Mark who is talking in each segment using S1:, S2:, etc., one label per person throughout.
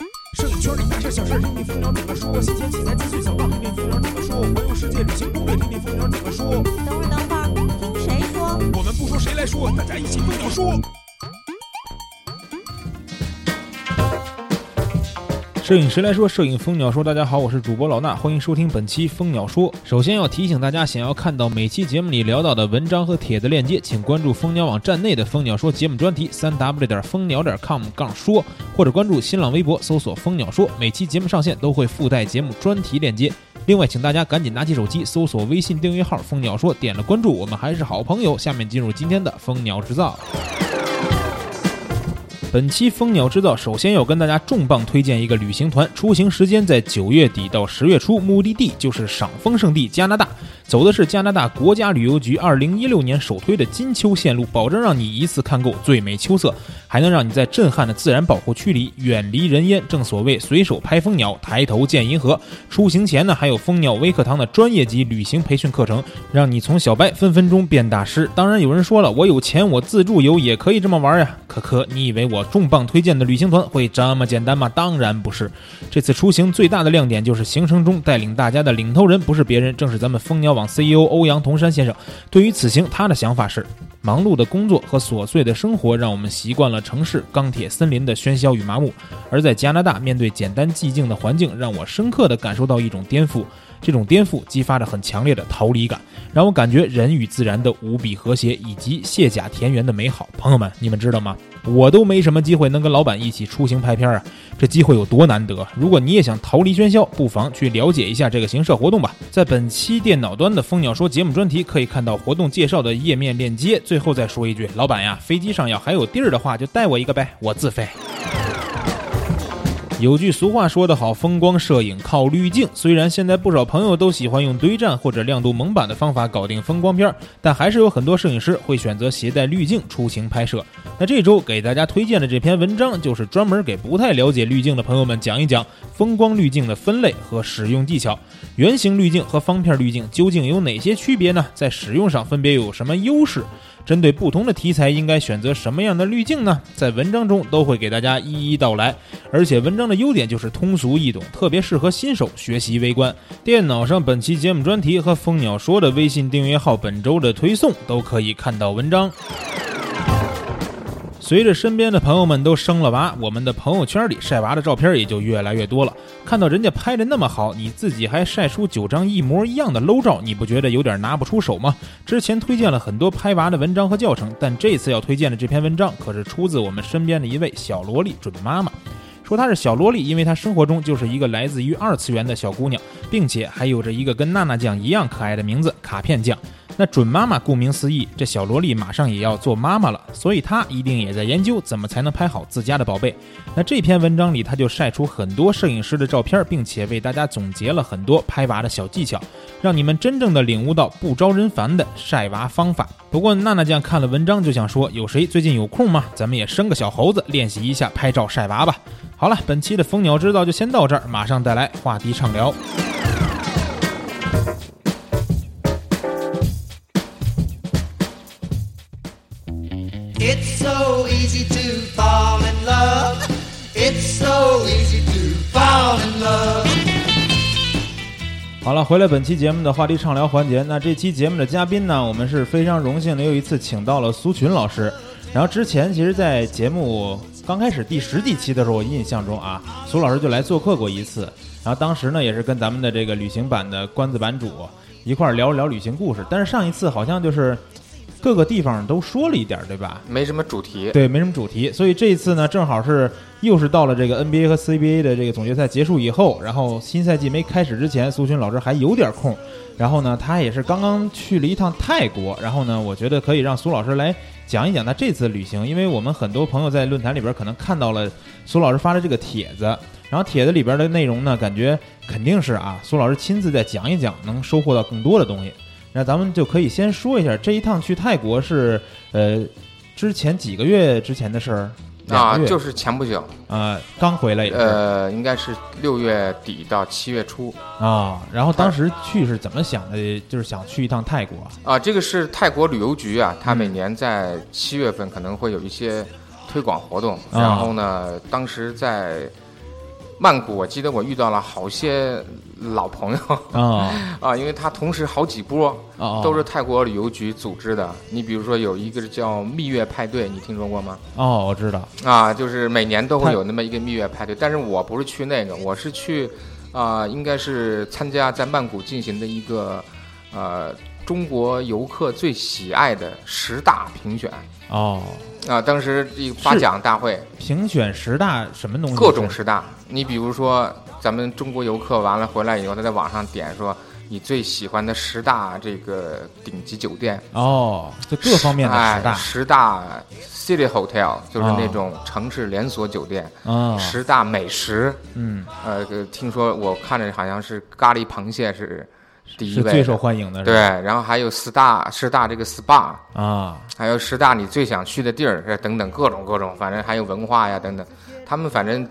S1: 圈里大事小事，听听蜂鸟怎么说。新鲜器材资讯小道，听听蜂鸟怎么说。环游世界旅行攻略，听听蜂鸟怎么说。
S2: 等会儿，等会儿，听谁说？
S1: 我们不说谁来说，大家一起蜂鸟说。
S3: 摄影师来说，摄影蜂鸟说，大家好，我是主播老衲，欢迎收听本期蜂鸟说。首先要提醒大家，想要看到每期节目里聊到的文章和帖子链接，请关注蜂鸟网站内的蜂鸟说节目专题，三 w 点蜂鸟点 com 杠说，或者关注新浪微博搜索蜂鸟说，每期节目上线都会附带节目专题链接。另外，请大家赶紧拿起手机搜索微信订阅号“蜂鸟说”，点了关注，我们还是好朋友。下面进入今天的蜂鸟制造。本期蜂鸟制造首先要跟大家重磅推荐一个旅行团，出行时间在九月底到十月初，目的地就是赏枫圣地加拿大，走的是加拿大国家旅游局二零一六年首推的金秋线路，保证让你一次看够最美秋色，还能让你在震撼的自然保护区里远离人烟。正所谓随手拍蜂鸟，抬头见银河。出行前呢，还有蜂鸟微课堂的专业级旅行培训课程，让你从小白分分钟变大师。当然，有人说了，我有钱，我自助游也可以这么玩呀。可可，你以为我重磅推荐的旅行团会这么简单吗？当然不是。这次出行最大的亮点就是行程中带领大家的领头人不是别人，正是咱们蜂鸟网 CEO 欧阳同山先生。对于此行，他的想法是：忙碌的工作和琐碎的生活让我们习惯了城市、钢铁、森林的喧嚣与麻木，而在加拿大，面对简单寂静的环境，让我深刻地感受到一种颠覆。这种颠覆激发着很强烈的逃离感，让我感觉人与自然的无比和谐，以及卸甲田园的美好。朋友们，你们知道吗？我都没什么机会能跟老板一起出行拍片啊，这机会有多难得！啊如果你也想逃离喧嚣，不妨去了解一下这个行社活动吧。在本期电脑端的《蜂鸟说》节目专题可以看到活动介绍的页面链接。最后再说一句，老板呀，飞机上要还有地儿的话，就带我一个呗，我自费。有句俗话说得好，风光摄影靠滤镜。虽然现在不少朋友都喜欢用堆栈或者亮度蒙版的方法搞定风光片儿，但还是有很多摄影师会选择携带滤镜出行拍摄。那这周给大家推荐的这篇文章，就是专门给不太了解滤镜的朋友们讲一讲风光滤镜的分类和使用技巧。圆形滤镜和方片滤镜究竟有哪些区别呢？在使用上分别有什么优势？针对不同的题材，应该选择什么样的滤镜呢？在文章中都会给大家一一道来。而且文章的优点就是通俗易懂，特别适合新手学习微观。电脑上本期节目专题和蜂鸟说的微信订阅号本周的推送都可以看到文章。随着身边的朋友们都生了娃，我们的朋友圈里晒娃的照片也就越来越多了。看到人家拍的那么好，你自己还晒出九张一模一样的 low 照，你不觉得有点拿不出手吗？之前推荐了很多拍娃的文章和教程，但这次要推荐的这篇文章可是出自我们身边的一位小萝莉准妈妈。说她是小萝莉，因为她生活中就是一个来自于二次元的小姑娘，并且还有着一个跟娜娜酱一样可爱的名字——卡片酱。那准妈妈顾名思义，这小萝莉马上也要做妈妈了，所以她一定也在研究怎么才能拍好自家的宝贝。那这篇文章里，她就晒出很多摄影师的照片，并且为大家总结了很多拍娃的小技巧，让你们真正的领悟到不招人烦的晒娃方法。不过娜娜酱看了文章就想说，有谁最近有空吗？咱们也生个小猴子练习一下拍照晒娃吧。好了，本期的蜂鸟之道就先到这儿，马上带来话题畅聊。
S4: It's so easy to fall in love. It's so easy to fall in love.
S3: 好了，回来本期节目的话题畅聊环节。那这期节目的嘉宾呢，我们是非常荣幸的又一次请到了苏群老师。然后之前其实，在节目刚开始第十几期的时候，我印象中啊，苏老师就来做客过一次。然后当时呢，也是跟咱们的这个旅行版的关子版主一块儿聊了聊旅行故事。但是上一次好像就是各个地方都说了一点儿，对吧？
S5: 没什么主题。
S3: 对，没什么主题，所以这一次呢，正好是又是到了这个 NBA 和 CBA 的这个总决赛结束以后，然后新赛季没开始之前，苏群老师还有点空，然后呢，他也是刚刚去了一趟泰国，然后呢，我觉得可以让苏老师来讲一讲他这次旅行，因为我们很多朋友在论坛里边可能看到了苏老师发的这个帖子，然后帖子里边的内容呢，感觉肯定是啊，苏老师亲自再讲一讲，能收获到更多的东西。那咱们就可以先说一下这一趟去泰国是呃之前几个月之前的事儿，两
S5: 啊，
S3: 个月
S5: 就是前不久，
S3: 呃刚回来也是啊、
S5: 呃，应该是六月底到七月初
S3: 啊然后当时去是怎么想的？就是想去一趟泰国
S5: 啊。这个是泰国旅游局
S3: 嗯
S5: 啊，它每年在七月份可能会有一些推广活动，
S3: 啊
S5: 然后呢，当时在曼谷，我记得我遇到了好些老朋 友
S3: 啊
S5: 啊，因为他同时好几波
S3: 哦
S5: 都是泰国旅游局组织的。你比如说有一个叫蜜月派对，你听说过吗？
S3: 哦，我知道，
S5: 啊，就是每年都
S3: 他
S5: 会有那么一个蜜月派对，但是我不是去那个，我是去啊、应该是参加在曼谷进行的一个呃中国游客最喜爱的十大评选。
S3: 哦，
S5: 啊，当时一发
S3: 是嗯
S5: 奖大会，
S3: 评选十大什么东西？
S5: 各种十大。你比如说，咱们中国游客完了回来以后，他在网上点说你最喜欢的十大这个顶级酒店，
S3: 哦，就各方面的十
S5: 哎
S3: 大
S5: 十大 city hotel 就是
S3: 哦
S5: 那种城市连锁酒店，
S3: 啊，
S5: 十大美食。
S3: 嗯，
S5: 呃，呃听说我看着好像是咖喱螃蟹是第一
S3: 是
S5: 位，
S3: 最受欢迎的，
S5: 对，然后还有十大十大这个 SPA，
S3: 啊，
S5: 还有十大你最想去的地儿，这等等各种各种，反正还有文化呀等等。他们反正，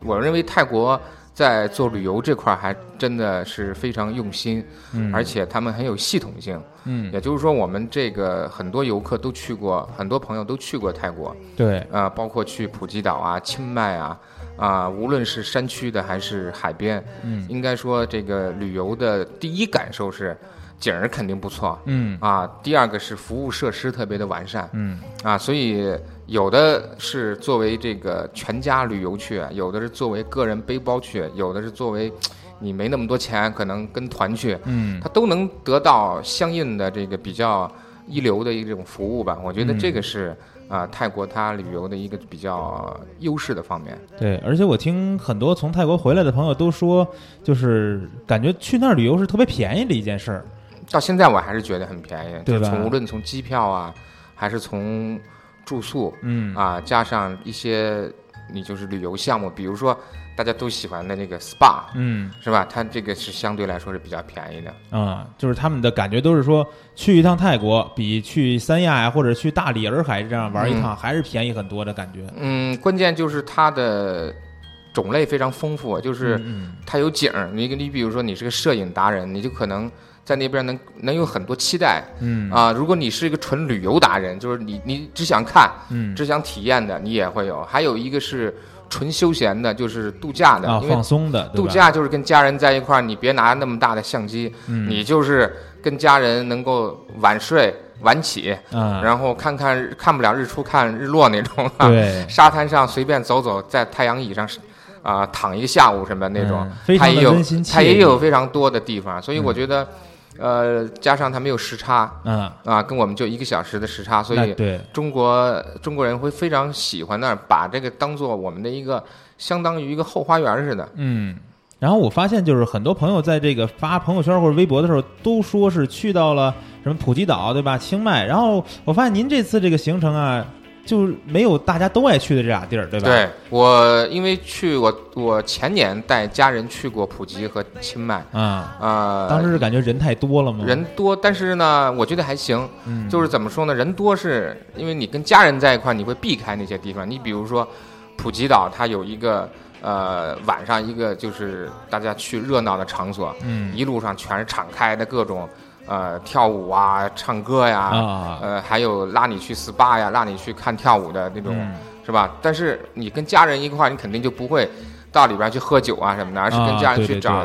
S5: 我认为泰国在做旅游这块儿还真的是非常用心，
S3: 嗯，
S5: 而且他们很有系统性。
S3: 嗯，
S5: 也就是说，我们这个很多游客都去过，很多朋友都去过泰国，
S3: 对，
S5: 呃，包括去普吉岛啊、清迈啊，啊、无论是山区的还是海边，
S3: 嗯
S5: 应该说这个旅游的第一感受是景儿肯定不错。
S3: 嗯
S5: 啊，第二个是服务设施特别的完善，
S3: 嗯
S5: 啊，所以有的是作为这个全家旅游去，有的是作为个人背包去，有的是作为你没那么多钱，可能跟团去，
S3: 嗯，
S5: 他都能得到相应的这个比较一流的一种服务吧。我觉
S3: 嗯
S5: 得这个是啊、泰国它旅游的一个比较优势的方面。
S3: 对，而且我听很多从泰国回来的朋友都说，就是感觉去那儿旅游是特别便宜的一件事儿，
S5: 到现在我还是觉得很便宜，
S3: 对
S5: 就
S3: 吧
S5: 从无论从机票啊，还是从住宿，
S3: 嗯
S5: 啊，加上一些你就是旅游项目，比如说大家都喜欢的那个 SPA，
S3: 嗯
S5: 是吧？它这个是相对来说是比较便宜的。
S3: 啊，就是他们的感觉都是说，去一趟泰国比去三亚呀或者去大理洱海这样玩一趟还是便宜很多的感觉，
S5: 嗯，关键就是它的种类非常丰富，啊就是
S3: 嗯
S5: 它有景儿。你你比如说你是个摄影达人，你就可能在那边能能有很多期待
S3: 嗯
S5: 啊。如果你是一个纯旅游达人，就是你你只想看、
S3: 嗯
S5: 只想体验的，你也会有。还有一个是纯休闲的，就是度假的，
S3: 啊
S5: 嗯因为
S3: 放松的对
S5: 度
S3: 吧
S5: 假就是跟家人在一块儿，你别拿那么大的相机，
S3: 嗯
S5: 你就是跟家人能够晚睡晚起，
S3: 啊
S5: 然后看看看不了日出看日落那种、啊，
S3: 对
S5: 沙滩上随便走走，在太阳椅上啊、躺一个下午什么那种
S3: 嗯，非常地
S5: 它也有
S3: 温馨嗯
S5: 它
S3: 惬
S5: 也
S3: 意
S5: 有非常多的地方，所以我觉得，呃，加上它没有时差
S3: 啊，
S5: 啊，跟我们就一个小时的时差，所
S3: 那
S5: 以
S3: 对
S5: 中国中国人会非常喜欢那儿，把这个当做我们的一个相当于一个后花园似的。
S3: 嗯，然后我发现就是很多朋友在这个发朋友圈或者微博的时候，都说是去到了什么普吉岛，啊对吧？清迈。然后我发现您这次这个行程啊，就没有大家都爱去的这俩地儿，对吧？
S5: 对我，因为去我我前年带家人去过普吉和清迈，
S3: 啊，
S5: 呃，
S3: 当时是感觉人太多了吗？
S5: 人多，但是呢，我觉得还行。
S3: 嗯，
S5: 就是怎么说呢，人多是因为你跟家人在一块儿，你会避开那些地方。你比如说，呃普吉岛它有一个呃晚上一个就是大家去热闹的场所，
S3: 嗯
S5: 一路上全是敞开的各种呃跳舞啊、唱歌呀，
S3: 啊，
S5: 呃还有拉你去 SPA 呀、拉你去看跳舞的那种。
S3: 嗯
S5: 是吧？但是你跟家人一块儿，你肯定就不会到里边去喝酒啊什么的，而是跟家人
S3: 对
S5: 去
S3: 对
S5: 找、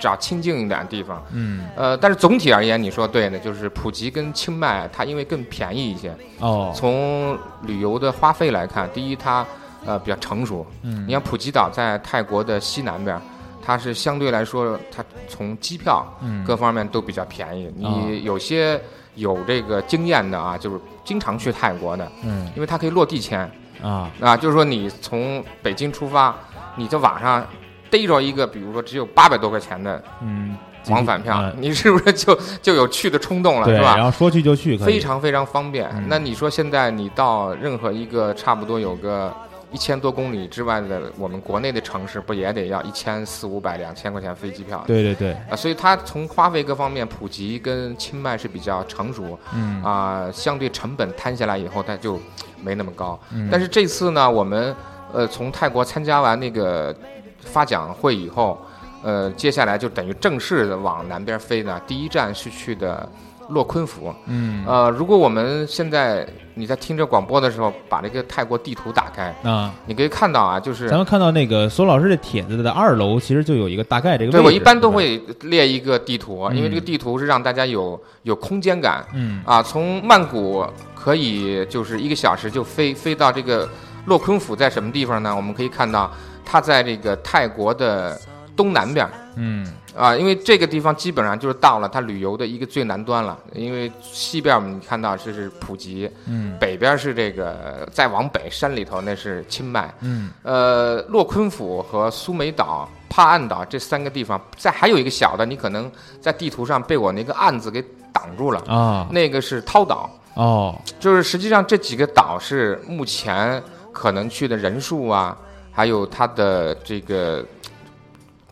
S5: 找清静一点的地方。
S3: 嗯
S5: 呃，但是总体而言，你说对的，就是普吉跟清迈，它因为更便宜一些，
S3: 哦，
S5: 从旅游的花费来看，第一它呃比较成熟。
S3: 嗯
S5: 你像普吉岛在泰国的西南边儿，它是相对来说，它从机票
S3: 嗯
S5: 各方面都比较便宜。
S3: 哦
S5: 你有些有这个经验的啊，就是经常去泰国的，
S3: 嗯
S5: 因为它可以落地签。
S3: 啊
S5: 啊，就是说你从北京出发，你在网上逮着一个，比如说只有八百多块钱的
S3: 嗯，几
S5: 往返票，
S3: 嗯
S5: 你是不是就就有去的冲动了，
S3: 对，
S5: 是吧
S3: 然？后说去就去，可以
S5: 非常非常方便。
S3: 嗯
S5: 那你说现在你到任何一个差不多有个一千多公里之外的我们国内的城市，不也得要一千四五百、两千块钱飞机票？
S3: 对对对，
S5: 啊，所以它从花费各方面，普及跟清迈是比较成熟，
S3: 嗯
S5: 啊、相对成本摊下来以后，它就没那么高。
S3: 嗯
S5: 但是这次呢，我们呃从泰国参加完那个发奖会以后，呃，接下来就等于正式的往南边飞呢。第一站是去的洛昆府。
S3: 嗯
S5: 呃，如果我们现在你在听这广播的时候，把这个泰国地图打开，
S3: 啊，
S5: 你可以看到啊，就是
S3: 咱们看到那个索老师这帖子的二楼，其实就有一个大概这个位
S5: 对
S3: 置。
S5: 我一般都
S3: 对吧，
S5: 会列一个地图，啊因为
S3: 嗯
S5: 这个地图是让大家有有空间感
S3: 嗯
S5: 啊。从曼谷可以就是一个小时就飞飞到这个洛昆府在什么地方呢？我们可以看到它在这个泰国的东南边儿
S3: 嗯
S5: 啊，因为这个地方基本上就是到了它旅游的一个最南端了。因为西边我们看到这是普吉，
S3: 嗯
S5: 北边是这个再往北山里头那是清迈，
S3: 嗯
S5: 呃，洛昆府和苏梅岛、帕岸岛这三个地方，再还有一个小的，你可能在地图上被我那个“岸”字给挡住了，
S3: 啊
S5: 那个是涛岛。
S3: 哦
S5: 就是实际上这几个岛是目前可能去的人数啊，还有它的这个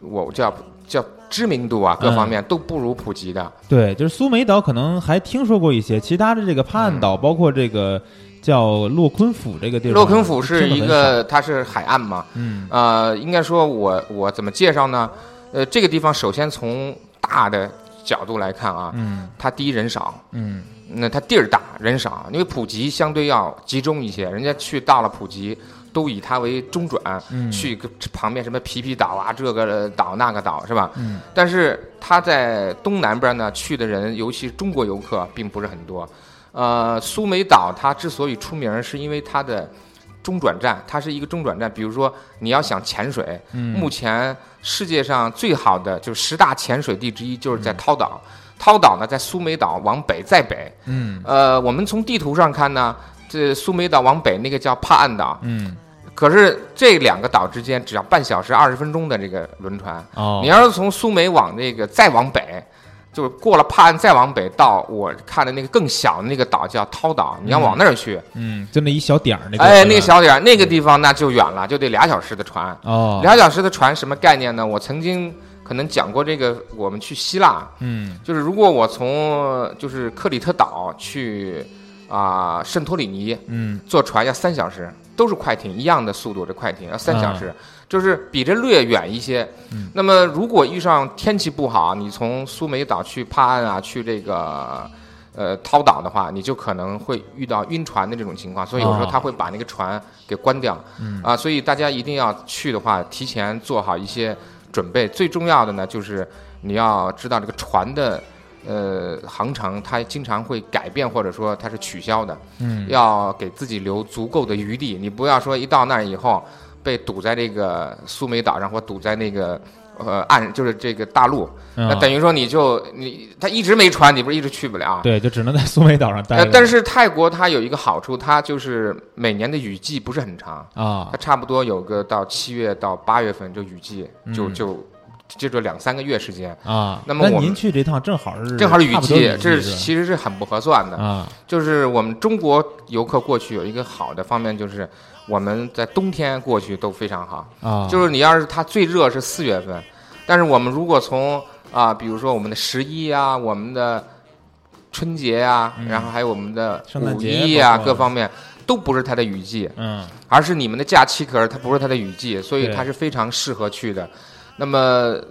S5: 我叫叫知名度啊，
S3: 嗯
S5: 各方面都不如普吉的。
S3: 对，就是苏梅岛可能还听说过一些，其他的这个帕岸岛，包括这个叫洛昆府这个地方，
S5: 嗯洛昆府是一
S3: 听得很少
S5: 个，它是海岸嘛，
S3: 嗯
S5: 呃，应该说我我怎么介绍呢？呃，这个地方首先从大的角度来看啊，
S3: 嗯
S5: 它第一人少，
S3: 嗯
S5: 那它地儿大人少，因为普吉相对要集中一些，人家去到了普吉都以它为中转，
S3: 嗯
S5: 去个旁边什么皮皮岛啊，这个岛那个岛是吧？
S3: 嗯
S5: 但是它在东南边呢，去的人尤其中国游客并不是很多。呃，苏梅岛它之所以出名儿，是因为它的中转站，它是一个中转站。比如说你要想潜水，
S3: 嗯
S5: 目前世界上最好的就是十大潜水地之一，就是
S3: 嗯
S5: 在涛岛。涛岛呢，在苏梅岛往北再北，
S3: 嗯
S5: 呃，我们从地图上看呢，这苏梅岛往北那个叫帕岸岛，
S3: 嗯
S5: 可是这两个岛之间只要半小时二十分钟的这个轮船。
S3: 哦，
S5: 你要是从苏梅往那个再往北，就是过了帕岸再往北到我看的那个更小的那个岛叫涛岛，你要往那儿去，
S3: 嗯，就那一小点儿那个，
S5: 哎，
S3: 对吧
S5: 那个小点儿那个地方那就远了，就得俩小时的船。
S3: 哦，
S5: 俩小时的船什么概念呢？我曾经可能讲过这个，我们去希腊，
S3: 嗯
S5: 就是如果我从就是克里特岛去啊、圣托里尼
S3: 嗯
S5: 坐船要三小时，都是快艇一样的速度，这快艇要三小时，就是比这略远一些。
S3: 嗯
S5: 那么如果遇上天气不好，你从苏梅岛去帕岸啊，去这个。呃，涛岛的话，你就可能会遇到晕船的这种情况，所以有时候
S3: 哦
S5: 他会把那个船给关掉，
S3: 嗯
S5: 啊，所以大家一定要去的话，提前做好一些准备。最重要的呢，就是你要知道这个船的呃航程，它经常会改变，或者说它是取消的，
S3: 嗯
S5: 要给自己留足够的余地。你不要说一到那儿以后被堵在这个苏梅岛上，或堵在那个呃岸，就是这个大陆，那
S3: 嗯，
S5: 等于说你就你它一直没船，你不是一直去不了。啊
S3: 对，就只能在苏梅岛上待
S5: 呃，
S3: 着。
S5: 但是泰国它有一个好处，它就是每年的雨季不是很长，
S3: 啊
S5: 它，差不多有个到七月到八月份就雨季，就
S3: 嗯
S5: 就就这两三个月时间，
S3: 啊，
S5: 那么我们
S3: 您去这趟正好是
S5: 正好是雨
S3: 差不多
S5: 季，这
S3: 是吧
S5: 其实是很不合算的。
S3: 啊，
S5: 就是我们中国游客过去有一个好的方面，就是我们在冬天过去都非常好。
S3: 啊，
S5: 就是是你要是它最热是四月份，但是我们如果从啊，比如说我们的十一啊，我们的春节啊，
S3: 嗯
S5: 然后还有我们的
S3: 圣诞
S5: 五
S3: 节
S5: 一
S3: 包
S5: 啊，
S3: 括
S5: 各方面都不是它的雨季。
S3: 嗯
S5: 而是你们的假期，可是它不是它的雨季，所以
S3: 对
S5: 它是非常适合去的。那么，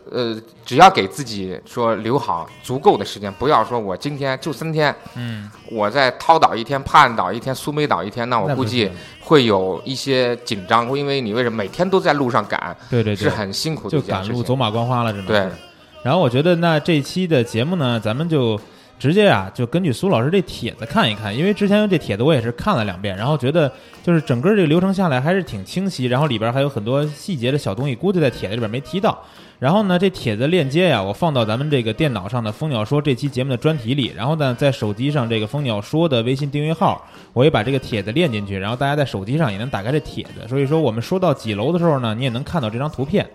S5: 呃，只要给自己说留好足够的时间，不要说我今天就三天，
S3: 嗯，
S5: 我在涛岛一天、帕岸岛一天、苏梅岛一天，那我
S3: 那
S5: 估
S3: 不
S5: 计
S3: 行
S5: 会有一些紧张，因为你为什么每天都在路上赶，
S3: 对对
S5: 是
S3: 对，
S5: 很辛苦
S3: 就
S5: 的一件
S3: 赶
S5: 事
S3: 路走
S5: 情。
S3: 马观花了，只能
S5: 对
S3: 是。然后我觉得那这一期的节目呢，咱们就直接啊，就根据苏老师这帖子看一看，因为之前这帖子我也是看了两遍，然后觉得就是整个这个流程下来还是挺清晰，然后里边还有很多细节的小东西，估计在帖子里边没提到。然后呢，这帖子链接呀、我放到咱们这个电脑上的《蜂鸟说》这期节目的专题里。然后呢，在手机上这个《蜂鸟说》的微信订阅号，我也把这个帖子链进去，然后大家在手机上也能打开这帖子。所以说，我们说到几楼的时候呢，你也能看到这张图片。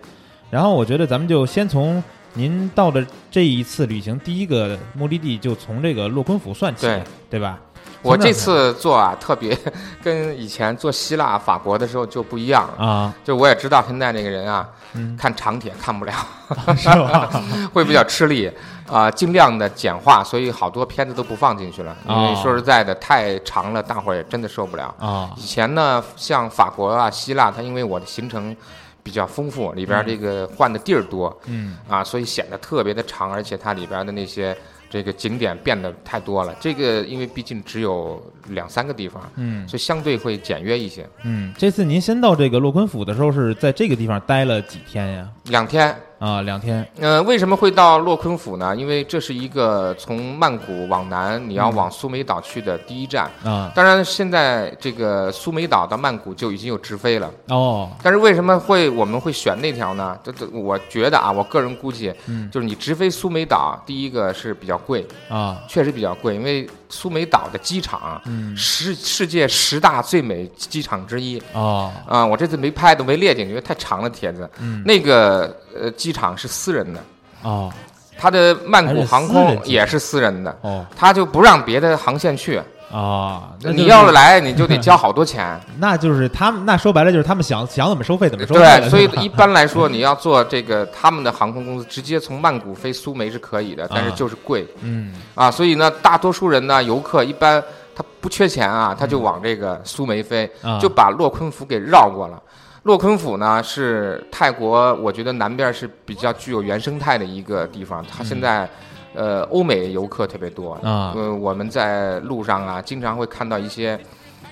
S3: 然后我觉得咱们就先从您到的这一次旅行第一个目的地，就从这个洛昆府算起，
S5: 对
S3: 对吧？
S5: 我
S3: 从那儿
S5: 这次做啊，特别 跟以前做希腊、法国的时候就不一样了。
S3: 啊，
S5: 就我也知道现在这个人啊，
S3: 嗯，
S5: 看长铁看不了。
S3: 是吧？
S5: 会比较吃力，啊、尽量的简化，所以好多片子都不放进去了。因为
S3: 哦
S5: 说实在的，太长了，大伙儿也真的受不了。
S3: 啊，
S5: 以前呢，像法国啊、希腊，它因为我的行程比较丰富，里边儿这个换的地儿多
S3: 嗯
S5: 啊，所以显得特别的长，而且它里边儿的那些这个景点变得太多了。这个因为毕竟只有两三个地方，
S3: 嗯
S5: 所以相对会简约一些。
S3: 嗯，这次您先到这个洛坤府的时候是在这个地方待了几天呀？
S5: 两天，
S3: 啊，两天。
S5: 呃，为什么会到洛坤府呢？因为这是一个从曼谷往南你要往苏梅岛去的第一站。
S3: 啊，
S5: 当然，现在这个苏梅岛到曼谷就已经有直飞了。
S3: 哦，
S5: 但是为什么会我们会选那条呢？这这，我觉得啊，我个人估计，
S3: 嗯
S5: 就是你直飞苏梅岛，第一个是比较贵，
S3: 啊，
S5: 确实比较贵，因为苏梅岛的机场啊
S3: 嗯，
S5: 世世界十大最美机场之一
S3: 哦，
S5: 啊、我这次没拍都没列进去，因为太长了帖子。
S3: 嗯，
S5: 那个呃，机场是私人的，
S3: 哦，
S5: 它的曼
S3: 还
S5: 谷
S3: 是
S5: 航
S3: 私人
S5: 空
S3: 机
S5: 也是私人的，
S3: 哦，
S5: 它就不让别的航线去。
S3: 啊，那
S5: 你
S3: 就是
S5: 要是，来，你就得交好 多钱。
S3: 那就是他们，那说白了就是他们想想怎么收费怎么收费了
S5: 对，所以
S3: 是吧
S5: 一般来说，你要做这个他们的航空公司直接从曼谷飞苏梅是可以的，
S3: 啊
S5: 但是就是贵
S3: 嗯
S5: 啊。所以呢，大多数人呢，游客一般他不缺钱啊，他就往这个苏梅飞，
S3: 嗯啊，
S5: 就把洛坤府给绕过了。洛坤府呢是泰国，我觉得南边是比较具有原生态的一个地方，它现在。呃，欧美游客特别多
S3: 嗯啊
S5: 呃，我们在路上啊，经常会看到一些，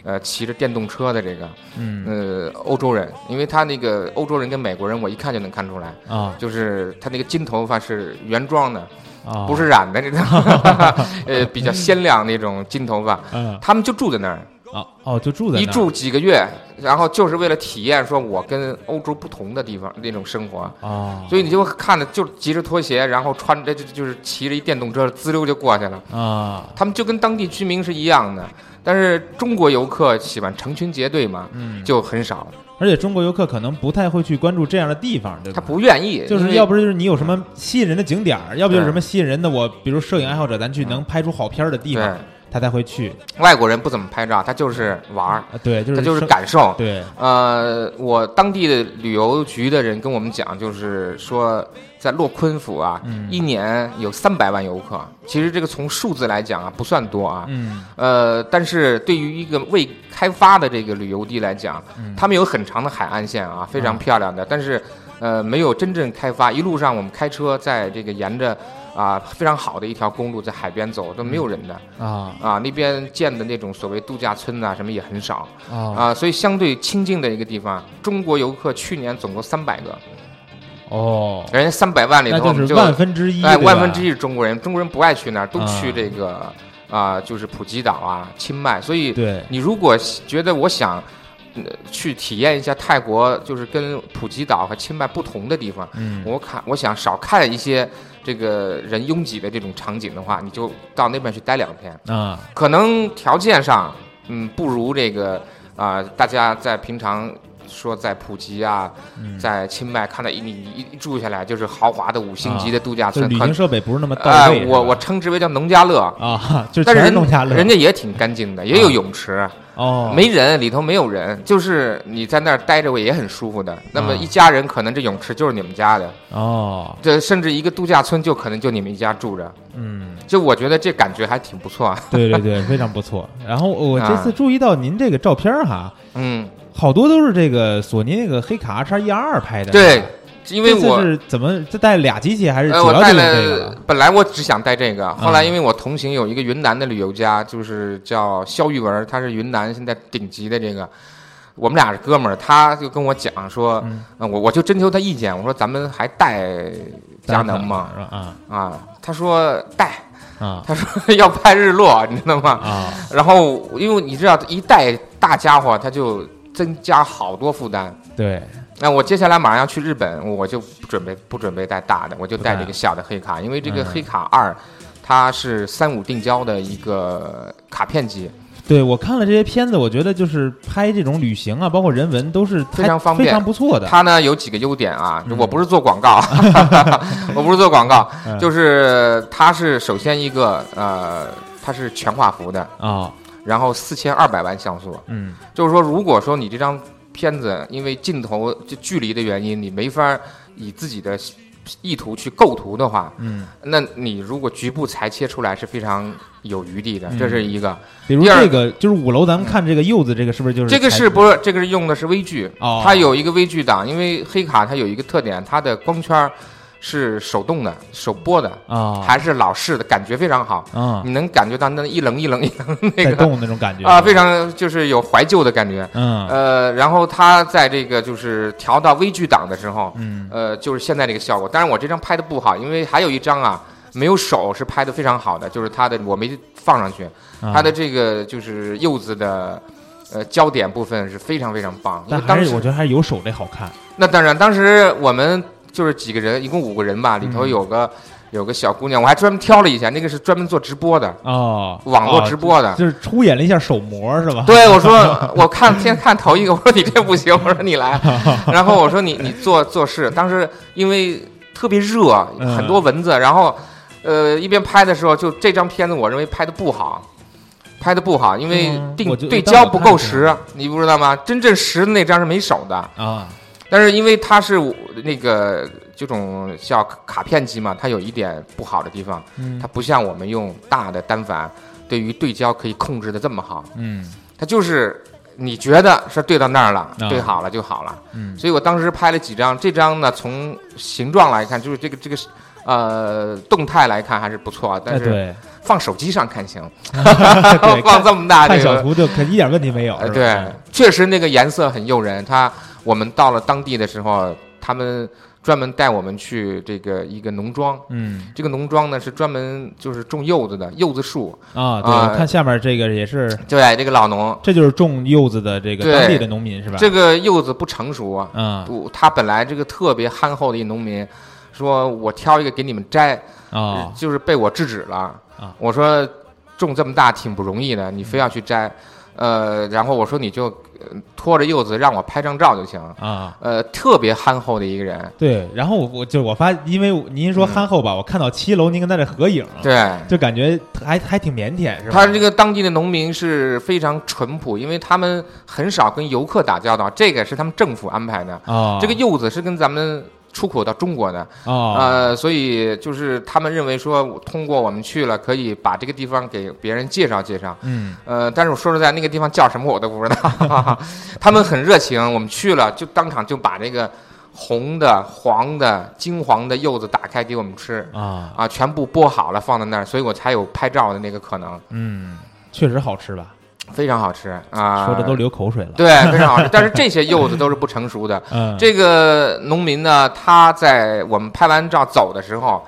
S5: 呃，骑着电动车的这个，
S3: 嗯
S5: 呃，欧洲人，因为他那个欧洲人跟美国人，我一看就能看出来，
S3: 啊
S5: 就是他那个金头发是原装的，
S3: 啊，
S5: 不是 染的那种，呃，比较鲜亮那种金头发。
S3: 嗯
S5: 他们就住在那儿，
S3: 啊哦，就住在
S5: 一
S3: 那儿
S5: 住几个月，然后就是为了体验说我跟欧洲不同的地方那种生活，
S3: 哦，
S5: 所以你就会看着就是急着拖鞋，然后穿着就就是骑着一电动车滋溜就过去了。
S3: 啊
S5: 他们就跟当地居民是一样的，但是中国游客喜欢成群结队嘛，
S3: 嗯，
S5: 就很少。
S3: 而且中国游客可能不太会去关注这样的地方，对吧？
S5: 他不愿意，
S3: 就
S5: 因
S3: 是
S5: 为
S3: 要不是就是你有什么吸引人的景点儿，要不就是
S5: 对嗯
S3: 什么吸引人的我，比如摄影爱好者，咱去能拍出好片儿的地方
S5: 对，
S3: 他才会去。
S5: 外国人不怎么拍照，他就是玩儿，
S3: 啊，对，就是
S5: 他就是
S3: 生
S5: 感受。
S3: 对，
S5: 呃，我当地的旅游局的人跟我们讲，就是说在洛坤府啊，
S3: 嗯
S5: 一年有三百万游客。其实这个从数字来讲啊，不算多啊。
S3: 嗯
S5: 呃，但是对于一个未开发的这个旅游地来讲，
S3: 嗯
S5: 他们有很长的海岸线啊，非常漂亮的，但是呃没有真正开发。一路上我们开车在这个沿着啊、非常好的一条公路在海边走，都没有人的。
S3: 啊
S5: 啊，那边建的那种所谓度假村啊，什么也很少
S3: 啊
S5: 啊，所以相对清静的一个地方，中国游客去年总共三百个，
S3: 哦，
S5: 人家三百万里
S3: 那
S5: 头我们
S3: 是
S5: 就
S3: 万分之一，
S5: 哎
S3: 对
S5: 万
S3: 吧
S5: 分之一是中国人，中国人不爱去那儿，都
S3: 啊
S5: 去这个啊，就是普吉岛啊、清迈，所以
S3: 对
S5: 你如果觉得我想。呃去体验一下泰国，就是跟普吉岛和清迈不同的地方。
S3: 嗯
S5: 我看我想少看一些这个人拥挤的这种场景的话，你就到那边去待两天。
S3: 啊
S5: 可能条件上，嗯，不如这个啊、大家在平常说在普吉啊，
S3: 嗯
S5: 在清迈看到一你一一住下来就是豪华的五星级的度假
S3: 啊就是
S5: 村，
S3: 旅
S5: 可
S3: 行设备不是那么
S5: 哎、
S3: 到位。
S5: 我
S3: 是吧
S5: 我称之为叫农家乐。
S3: 啊， 就全
S5: 但是
S3: 是
S5: 人
S3: 弄家乐，啊
S5: 人家也挺干净的，也有泳池，
S3: 哦
S5: 没人，里头没有人，就是你在那儿待着也很舒服的。那么
S3: 啊
S5: 一家人可能这泳池就是你们家的，
S3: 哦，
S5: 这甚至一个度假村就可能就你们一家住着，
S3: 嗯，
S5: 就我觉得这感觉还挺不错。
S3: 对对对，非常不错。然后我这次
S5: 啊
S3: 注意到您这个照片儿哈，
S5: 嗯，
S3: 好多都是这个索尼那个黑卡叉一 R 拍的，
S5: 对，因为
S3: 这次
S5: 我
S3: 是怎么这带俩机器还是主
S5: 呃，我
S3: 要
S5: 带
S3: 就用这个
S5: 了
S3: 了，嗯
S5: 本来我只想带这个，后来因为我同行有一个云南的旅游家，就是叫肖玉文，他是云南现在顶级的这个，我们俩是哥们儿，他就跟我讲说，
S3: 嗯
S5: 呃我我就征求他意见，我说咱们还带佳能吗？
S3: 是吧？啊
S5: 啊，他说带，
S3: 啊
S5: 他说 要拍日落，你知道吗？
S3: 啊
S5: 然后因为你知道一带大家伙，他就增加好多负担。
S3: 对，
S5: 那我接下来马上要去日本，我就不准备不准备带大的，我就带
S3: 嗯不带
S5: 这个小的黑卡，因为这个
S3: 嗯
S5: 黑卡二，它是三五定焦的一个卡片机，
S3: 对我看了这些片子，我觉得就是拍这种旅行啊，包括人文都是
S5: 非常
S3: 还
S5: 方便
S3: 非常不错的。
S5: 它呢有几个优点啊
S3: 嗯，
S5: 我不是做广 告，我不是做广告，
S3: 嗯
S5: 就是它是首先一个呃，它是全画幅的，
S3: 啊，
S5: 然后四千二百万像素，
S3: 嗯
S5: 就是说如果说你这张片子因为镜头就距离的原因，你没法以自己的意图去构图的话，
S3: 嗯，
S5: 那你如果局部裁切出来是非常有余地的
S3: 嗯，
S5: 这是一个。
S3: 比如
S5: 第二
S3: 这个就是五楼，咱们看这个柚子，这个是不是就是
S5: 这个是
S3: 材质
S5: 不是这个是用的是微距
S3: 哦？
S5: 它有一个微距档，因为黑卡它有一个特点，它的光圈儿是手动的、手拨的，
S3: 啊
S5: 还是老式的，感觉非常好。
S3: 啊，
S5: 你能感觉到那一棱一棱一棱那
S3: 在
S5: 个
S3: 动那种感觉
S5: 啊，非常就是有怀旧的感觉。
S3: 嗯
S5: 呃，然后它在这个就是调到微距档的时候，
S3: 嗯
S5: 呃，就是现在这个效果。当然我这张拍的不好，因为还有一张啊没有手是拍的非常好的，就是它的我没放上去，
S3: 啊
S5: 它的这个就是柚子的。呃，焦点部分是非常非常棒，因
S3: 但还
S5: 为当
S3: 是
S5: 时
S3: 我觉得还是有手这好看，
S5: 那当然，当时我们就是几个人，一共五个人吧，里头
S3: 嗯
S5: 有个、有个小姑娘，我还专门挑了一下，那个是专门做直播的，
S3: 哦，
S5: 网络直播的。
S3: 哦就是出演了一下手模 是吧？
S5: 对，我说我看先看头一个，我说你这不行， 我说你来， 然后我说你你做做事，当时因为特别热，
S3: 嗯
S5: 很多蚊子，然后呃一边拍的时候，就这张片子我认为拍的不好，拍的不好，因为
S3: 嗯
S5: 定
S3: 我就
S5: 对
S3: 当时
S5: 焦不
S3: 看
S5: 够
S3: 见
S5: 实
S3: 了，
S5: 你不知道吗？真正实的那张是没手的，
S3: 啊，
S5: 但是因为它是我那个这种叫卡片机嘛，它有一点不好的地方，
S3: 嗯
S5: 它不像我们用大的单反对于对焦可以控制的这么好，
S3: 嗯
S5: 它就是你觉得是对到那儿了，
S3: 啊
S5: 对好了就好了。
S3: 嗯
S5: 所以我当时拍了几张，这张呢从形状来看，就是这个这个呃动态来看还是不错，但
S3: 哎
S5: 是
S3: 对，
S5: 放手机上看行，
S3: 对
S5: 放
S3: 看
S5: 这么大
S3: 看
S5: 这
S3: 小
S5: 个。
S3: 图就嗯可一点问题没有，
S5: 呃，
S3: 是吧
S5: 对，确实那个颜色很诱人。它我们到了当地的时候，他们专门带我们去这个一个农庄。
S3: 嗯
S5: 这个农庄呢是专门就是种柚子的柚子树，
S3: 啊，对，
S5: 啊
S3: 我看下面这个也是，
S5: 对这个老农，
S3: 这就是种柚子的这个
S5: 对
S3: 当地的农民是吧？
S5: 这个柚子不成熟啊，
S3: 啊
S5: 不，他本来这个特别憨厚的一农民，说我挑一个给你们摘，
S3: 啊
S5: 就是被我制止了。
S3: 啊
S5: 我说种这么大挺不容易的，你非要去摘，呃，然后我说你就呃拖着柚子让我拍张照就行，
S3: 啊。
S5: 呃，特别憨厚的一个人，
S3: 对，然后我我就我发，因为您说
S5: 嗯
S3: 憨厚吧，我看到七楼您跟他这合影，
S5: 对。
S3: 就感觉还还挺腼腆，是吧？
S5: 他这个当地的农民是非常淳朴，因为他们很少跟游客打交道，这个是他们政府安排的。
S3: 啊，
S5: 这个柚子是跟咱们出口到中国的，
S3: 啊
S5: 呃，所以就是他们认为说，通过我们去了，可以把这个地方给别人介绍介绍。
S3: 嗯
S5: 呃，但是我说实在，那个地方叫什么我都不知道。 他们很热情，我们去了就当场就把这个红的、黄的、金黄的柚子打开给我们吃
S3: 啊
S5: 啊，全部剥好了放在那儿，所以我才有拍照的那个可能，
S3: 嗯，确实好吃吧？
S5: 非常好吃啊！
S3: 说的都流口水了。
S5: 对，非常好吃。但是这些柚子都是不成熟的，
S3: 嗯，
S5: 这个农民呢，他在我们拍完照走的时候，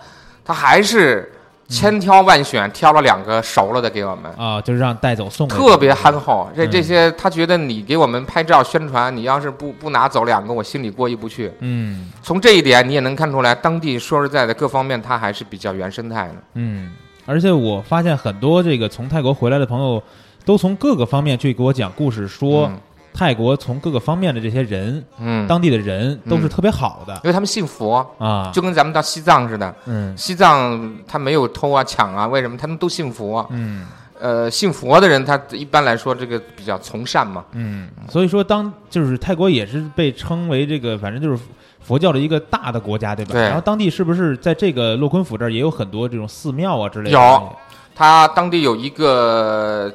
S5: 他还是千挑万选、挑了两个熟了的给我们，
S3: 嗯啊，就是让带走送给
S5: 特别
S3: 你
S5: 憨厚。这
S3: 嗯
S5: 这些他觉得你给我们拍照宣传，你要是不不拿走两个，我心里过意不去。
S3: 嗯
S5: 从这一点你也能看出来，当地说实在的，各方面他还是比较原生态的。
S3: 嗯，而且我发现很多这个从泰国回来的朋友，都从各个方面去给我讲故事，说
S5: 嗯
S3: 泰国从各个方面的这些人，
S5: 嗯，
S3: 当地的人都是特别好的
S5: 因为他们信佛，
S3: 啊，
S5: 就跟咱们到西藏似的，
S3: 嗯
S5: 西藏他没有偷啊抢啊，为什么？他们都信佛。
S3: 嗯
S5: 呃，信佛的人他一般来说这个比较从善嘛。
S3: 嗯，所以说当就是泰国也是被称为这个，反正就是。佛教的一个大的国家，对吧？
S5: 对
S3: 然后当地是不是在这个洛坤府这儿也有很多这种寺庙啊之类的？
S5: 有它当地有一个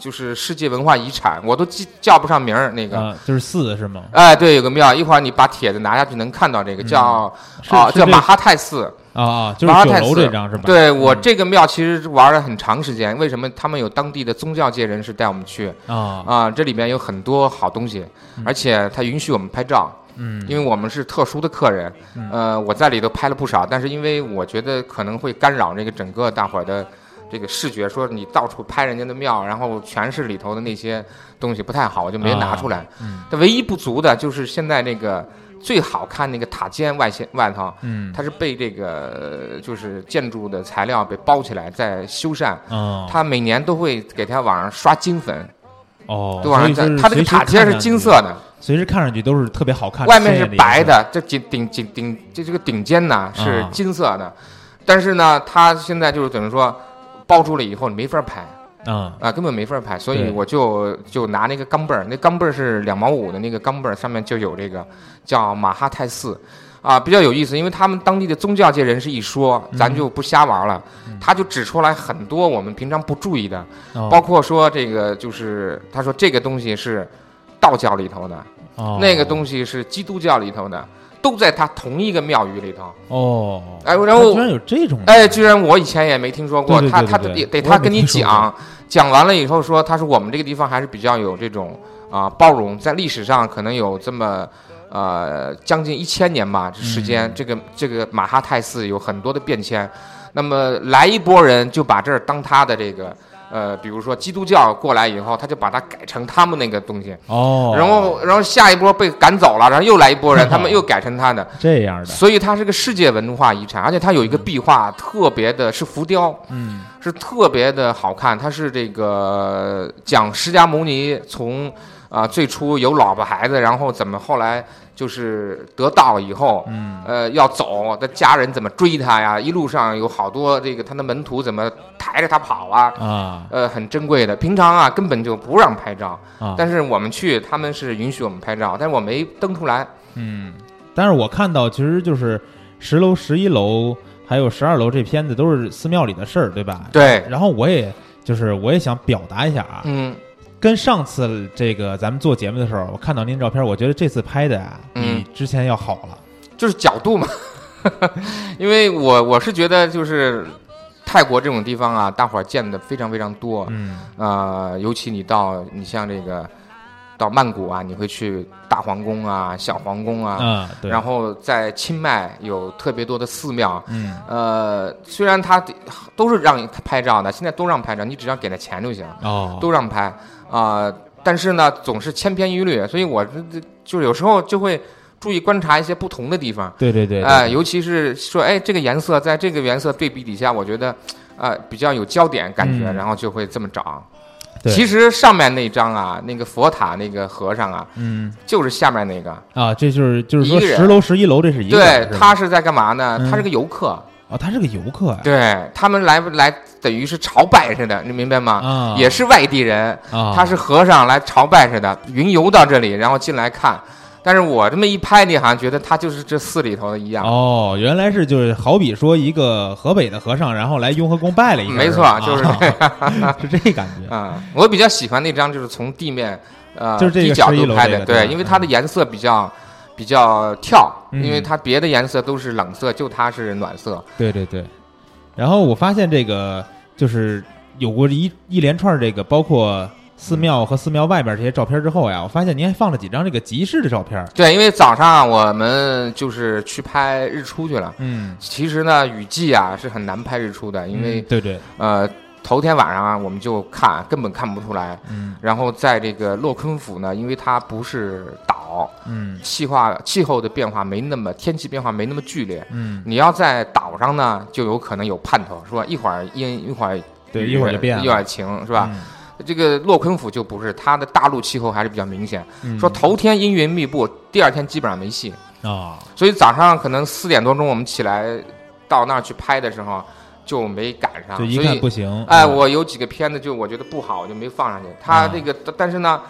S5: 就是世界文化遗产，我都记叫不上名儿那个。
S3: 啊、就是寺是吗？
S5: 哎，对，有个庙，一会儿你把帖子拿下去能看到这个
S3: 嗯
S5: 叫、
S3: 是
S5: 啊，
S3: 是
S5: 叫
S3: 这
S5: 马哈泰寺。
S3: 啊啊，就是
S5: 马尔
S3: 九
S5: 泰
S3: 楼
S5: 寺
S3: 这张是吧？
S5: 对我
S3: 嗯
S5: 这个庙其实玩了很长时间，为什么他们有当地的宗教界人士带我们去
S3: 啊，
S5: 啊？这里面有很多好东西，而且他允许我们拍照，
S3: 嗯，
S5: 因为我们是特殊的客人。
S3: 嗯
S5: 呃，我在里头拍了不少，但是因为我觉得可能会干扰这个整个大伙儿的这个视觉，说你到处拍人家的庙，然后全是里头的那些东西不太好，我就没拿出来。
S3: 嗯
S5: 它唯一不足的就是现在那个最好看那个塔尖外线外头，
S3: 嗯，
S5: 它是被这个呃就是建筑的材料被包起来在修缮。
S3: 哦
S5: 它每年都会给它往上刷金粉，
S3: 哦，
S5: 都往上
S3: 所以就。
S5: 加啊它这个
S3: 随时
S5: 塔尖
S3: 看
S5: 是
S3: 上
S5: 金
S3: 去
S5: 色，的，
S3: 随时看上去都是特别好看，
S5: 外面是
S3: 鲜艳
S5: 白
S3: 颜色，
S5: 的，这顶顶顶顶这这个顶尖呐是
S3: 啊
S5: 金色的，但是呢，它现在就是等于说包住了以后你没法拍
S3: 嗯
S5: 啊，根本没法拍，所以
S3: 对
S5: 我就就拿那个钢镚儿，那钢镚儿是两毛五的那个钢镚儿，上面就有这个叫马哈泰寺。啊，比较有意思，因为他们当地的宗教界人士一说，
S3: 嗯
S5: 咱就不瞎玩了，他就指出来很多我们平常不注意的，
S3: 哦
S5: 包括说这个就是他说这个东西是道教里头的，
S3: 哦
S5: 那个东西是基督教里头的，都在它同一个庙宇里头。
S3: 哦，
S5: 哎，然后
S3: 居然有这种
S5: 哎，居然我以前也没听说过，
S3: 对对对
S5: 他他
S3: 对
S5: 得
S3: 对
S5: 得
S3: 我也
S5: 他跟
S3: 没
S5: 你
S3: 听说
S5: 讲，讲完了以后说，他说我们这个地方还是比较有这种啊、包容，在历史上可能有这么呃将近一千年吧这时间，
S3: 嗯
S5: 这个这个马哈泰寺有很多的变迁，那么来一波人就把这儿当他的这个呃，比如说基督教过来以后，他就把它改成他们那个东西，
S3: 哦，
S5: 然后然后下一波被赶走了，然后又来一波 人，他们又改成他的，
S3: 这样的，
S5: 所以它是个世界文化遗产，而且它有一个壁画，特别的是浮雕，
S3: 嗯，
S5: 是特别的好看。它是这个讲释迦牟尼从啊、最初有老婆孩子，然后怎么后来就是得道以后，嗯，呃要走，他家人怎么追他呀？一路上有好多这个他的门徒怎么抬着他跑啊。
S3: 啊
S5: 呃，很珍贵的，平常啊根本就不让拍照，
S3: 啊，
S5: 但是我们去，他们是允许我们拍照，但是我没登出来。
S3: 嗯，但是我看到其实就是十楼、十一楼还有十二楼这片子都是寺庙里的事儿，对吧？。
S5: 对，
S3: 然后我也就是我也想表达一下啊，
S5: 嗯
S3: 跟上次这个咱们做节目的时候，我看到您照片，我觉得这次拍的啊，
S5: 嗯
S3: 比之前要好了。
S5: 就是角度嘛， 因为我我是觉得就是泰国这种地方啊，大伙儿见的非常非常多，
S3: 嗯
S5: 呃，尤其你到你像这个到曼谷啊，你会去大皇宫啊、小皇宫啊，
S3: 啊，对。
S5: 然后在清迈有特别多的寺庙，
S3: 嗯
S5: 呃，虽然它都是让你拍照的，现在都让拍照，你只要给他钱就行。
S3: 哦，
S5: 都让拍啊、但是呢，总是千篇一律，所以我这这就是有时候就会注意观察一些不同的地方，
S3: 对对对，对
S5: 哎、尤其是说，哎，这个颜色在这个颜色对比底下，我觉得。呃，比较有焦点感觉，
S3: 嗯
S5: 然后就会这么找。
S3: 对
S5: 其实上面那张啊，那个佛塔那个和尚啊，
S3: 嗯
S5: 就是下面那个。
S3: 啊，这就是就是说
S5: 一个人
S3: 十楼、十一楼这是一个人
S5: 对
S3: 是，吧，
S5: 他是在干嘛呢？
S3: 嗯
S5: 他是个游客。
S3: 哦，他是个游客呀，
S5: 对他们来来，等于是朝拜似的，你明白吗？
S3: 啊，
S5: 也是外地人，
S3: 啊，
S5: 他是和尚来朝拜似的，云游到这里，然后进来看。但是我这么一拍，你好像觉得他就是这寺里头的一样。
S3: 哦，原来是就是好比说一个河北的和尚，然后来雍和宫拜了一下，
S5: 没错
S3: 吧
S5: 就是
S3: 啊 是这感 觉。
S5: 啊、我比较喜欢那张，就是从地面，呃，
S3: 就是这个
S5: 低角
S3: 11
S5: 度
S3: 楼
S5: 拍
S3: 这
S5: 的，
S3: 个对
S5: 对，
S3: 吧
S5: 因为它的颜色比较比较跳，
S3: 嗯
S5: 因为它别的颜色都是冷色，就它是暖色。
S3: 对对对，然后我发现这个就是有过一一连串这个包括寺庙和寺庙外边这些照片之后呀，我发现您还放了几张这个集市的照片。
S5: 对，因为早上啊我们就是去拍日出去了。
S3: 嗯，
S5: 其实呢，雨季啊是很难拍日出的，因为、
S3: 嗯对对，
S5: 呃，头天晚上啊，我们就看，根本看不出来。
S3: 嗯
S5: 然后在这个洛坤府呢，因为它不是岛，
S3: 嗯
S5: 气化气候的变化没那么，天气变化没那么剧烈。
S3: 嗯，
S5: 你要在岛上呢，就有可能有盼头，说一会儿阴，一会儿
S3: 对，
S5: 雨
S3: 一会儿就变了，
S5: 一会儿晴，是吧？
S3: 嗯？
S5: 这个洛坤府就不是，它的大陆气候还是比较明显。
S3: 嗯
S5: 说头天阴云密布，第二天基本上没戏。
S3: 啊，
S5: 所以早上可能四点多钟我们起来到那儿去拍的时候就没赶上，
S3: 就
S5: 啊所
S3: 一
S5: 以。
S3: 看不行。
S5: 哎，
S3: 嗯
S5: 我有几个片子就我觉得不好，我就没放上去。他这个，但是呢，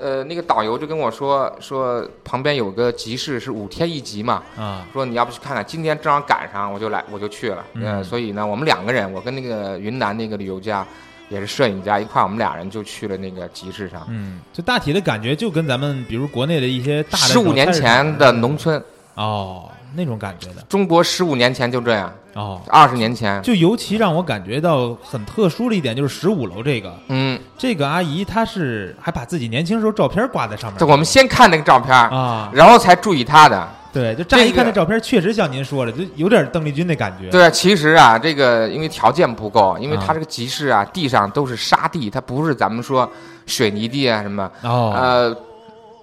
S5: 呃，那个导游就跟我说说旁边有个集市是五天一集嘛，
S3: 啊
S5: 说你要不去看看，今天正好赶上，我就来我就去了。
S3: 嗯
S5: 呃所以呢，我们两个人，我跟那个云南那个旅游家也是摄影家一块儿，我们俩人就去了那个集市上。
S3: 嗯，就大体的感觉就跟咱们比如国内的一些大的
S5: 十五年前的农村，
S3: 哦那种感觉的
S5: 中国十五年前就这样，
S3: 哦，
S5: 二十年前，嗯
S3: 就尤其让我感觉到很特殊的一点就是十五楼这个，
S5: 嗯，
S3: 这个阿姨她是还把自己年轻时候照片挂在上面
S5: 这。我们先看那个照片儿，
S3: 啊，
S5: 然后才注意他的。
S3: 对，就乍
S5: 这
S3: 一看
S5: 个
S3: 这照片，确实像您说的，就有点邓丽君那感觉。，
S5: 对，其实啊，这个因为条件不够，因为
S3: 啊
S5: 它这个集市啊，地上都是沙地，它不是咱们说水泥地啊什么，
S3: 哦，
S5: 呃，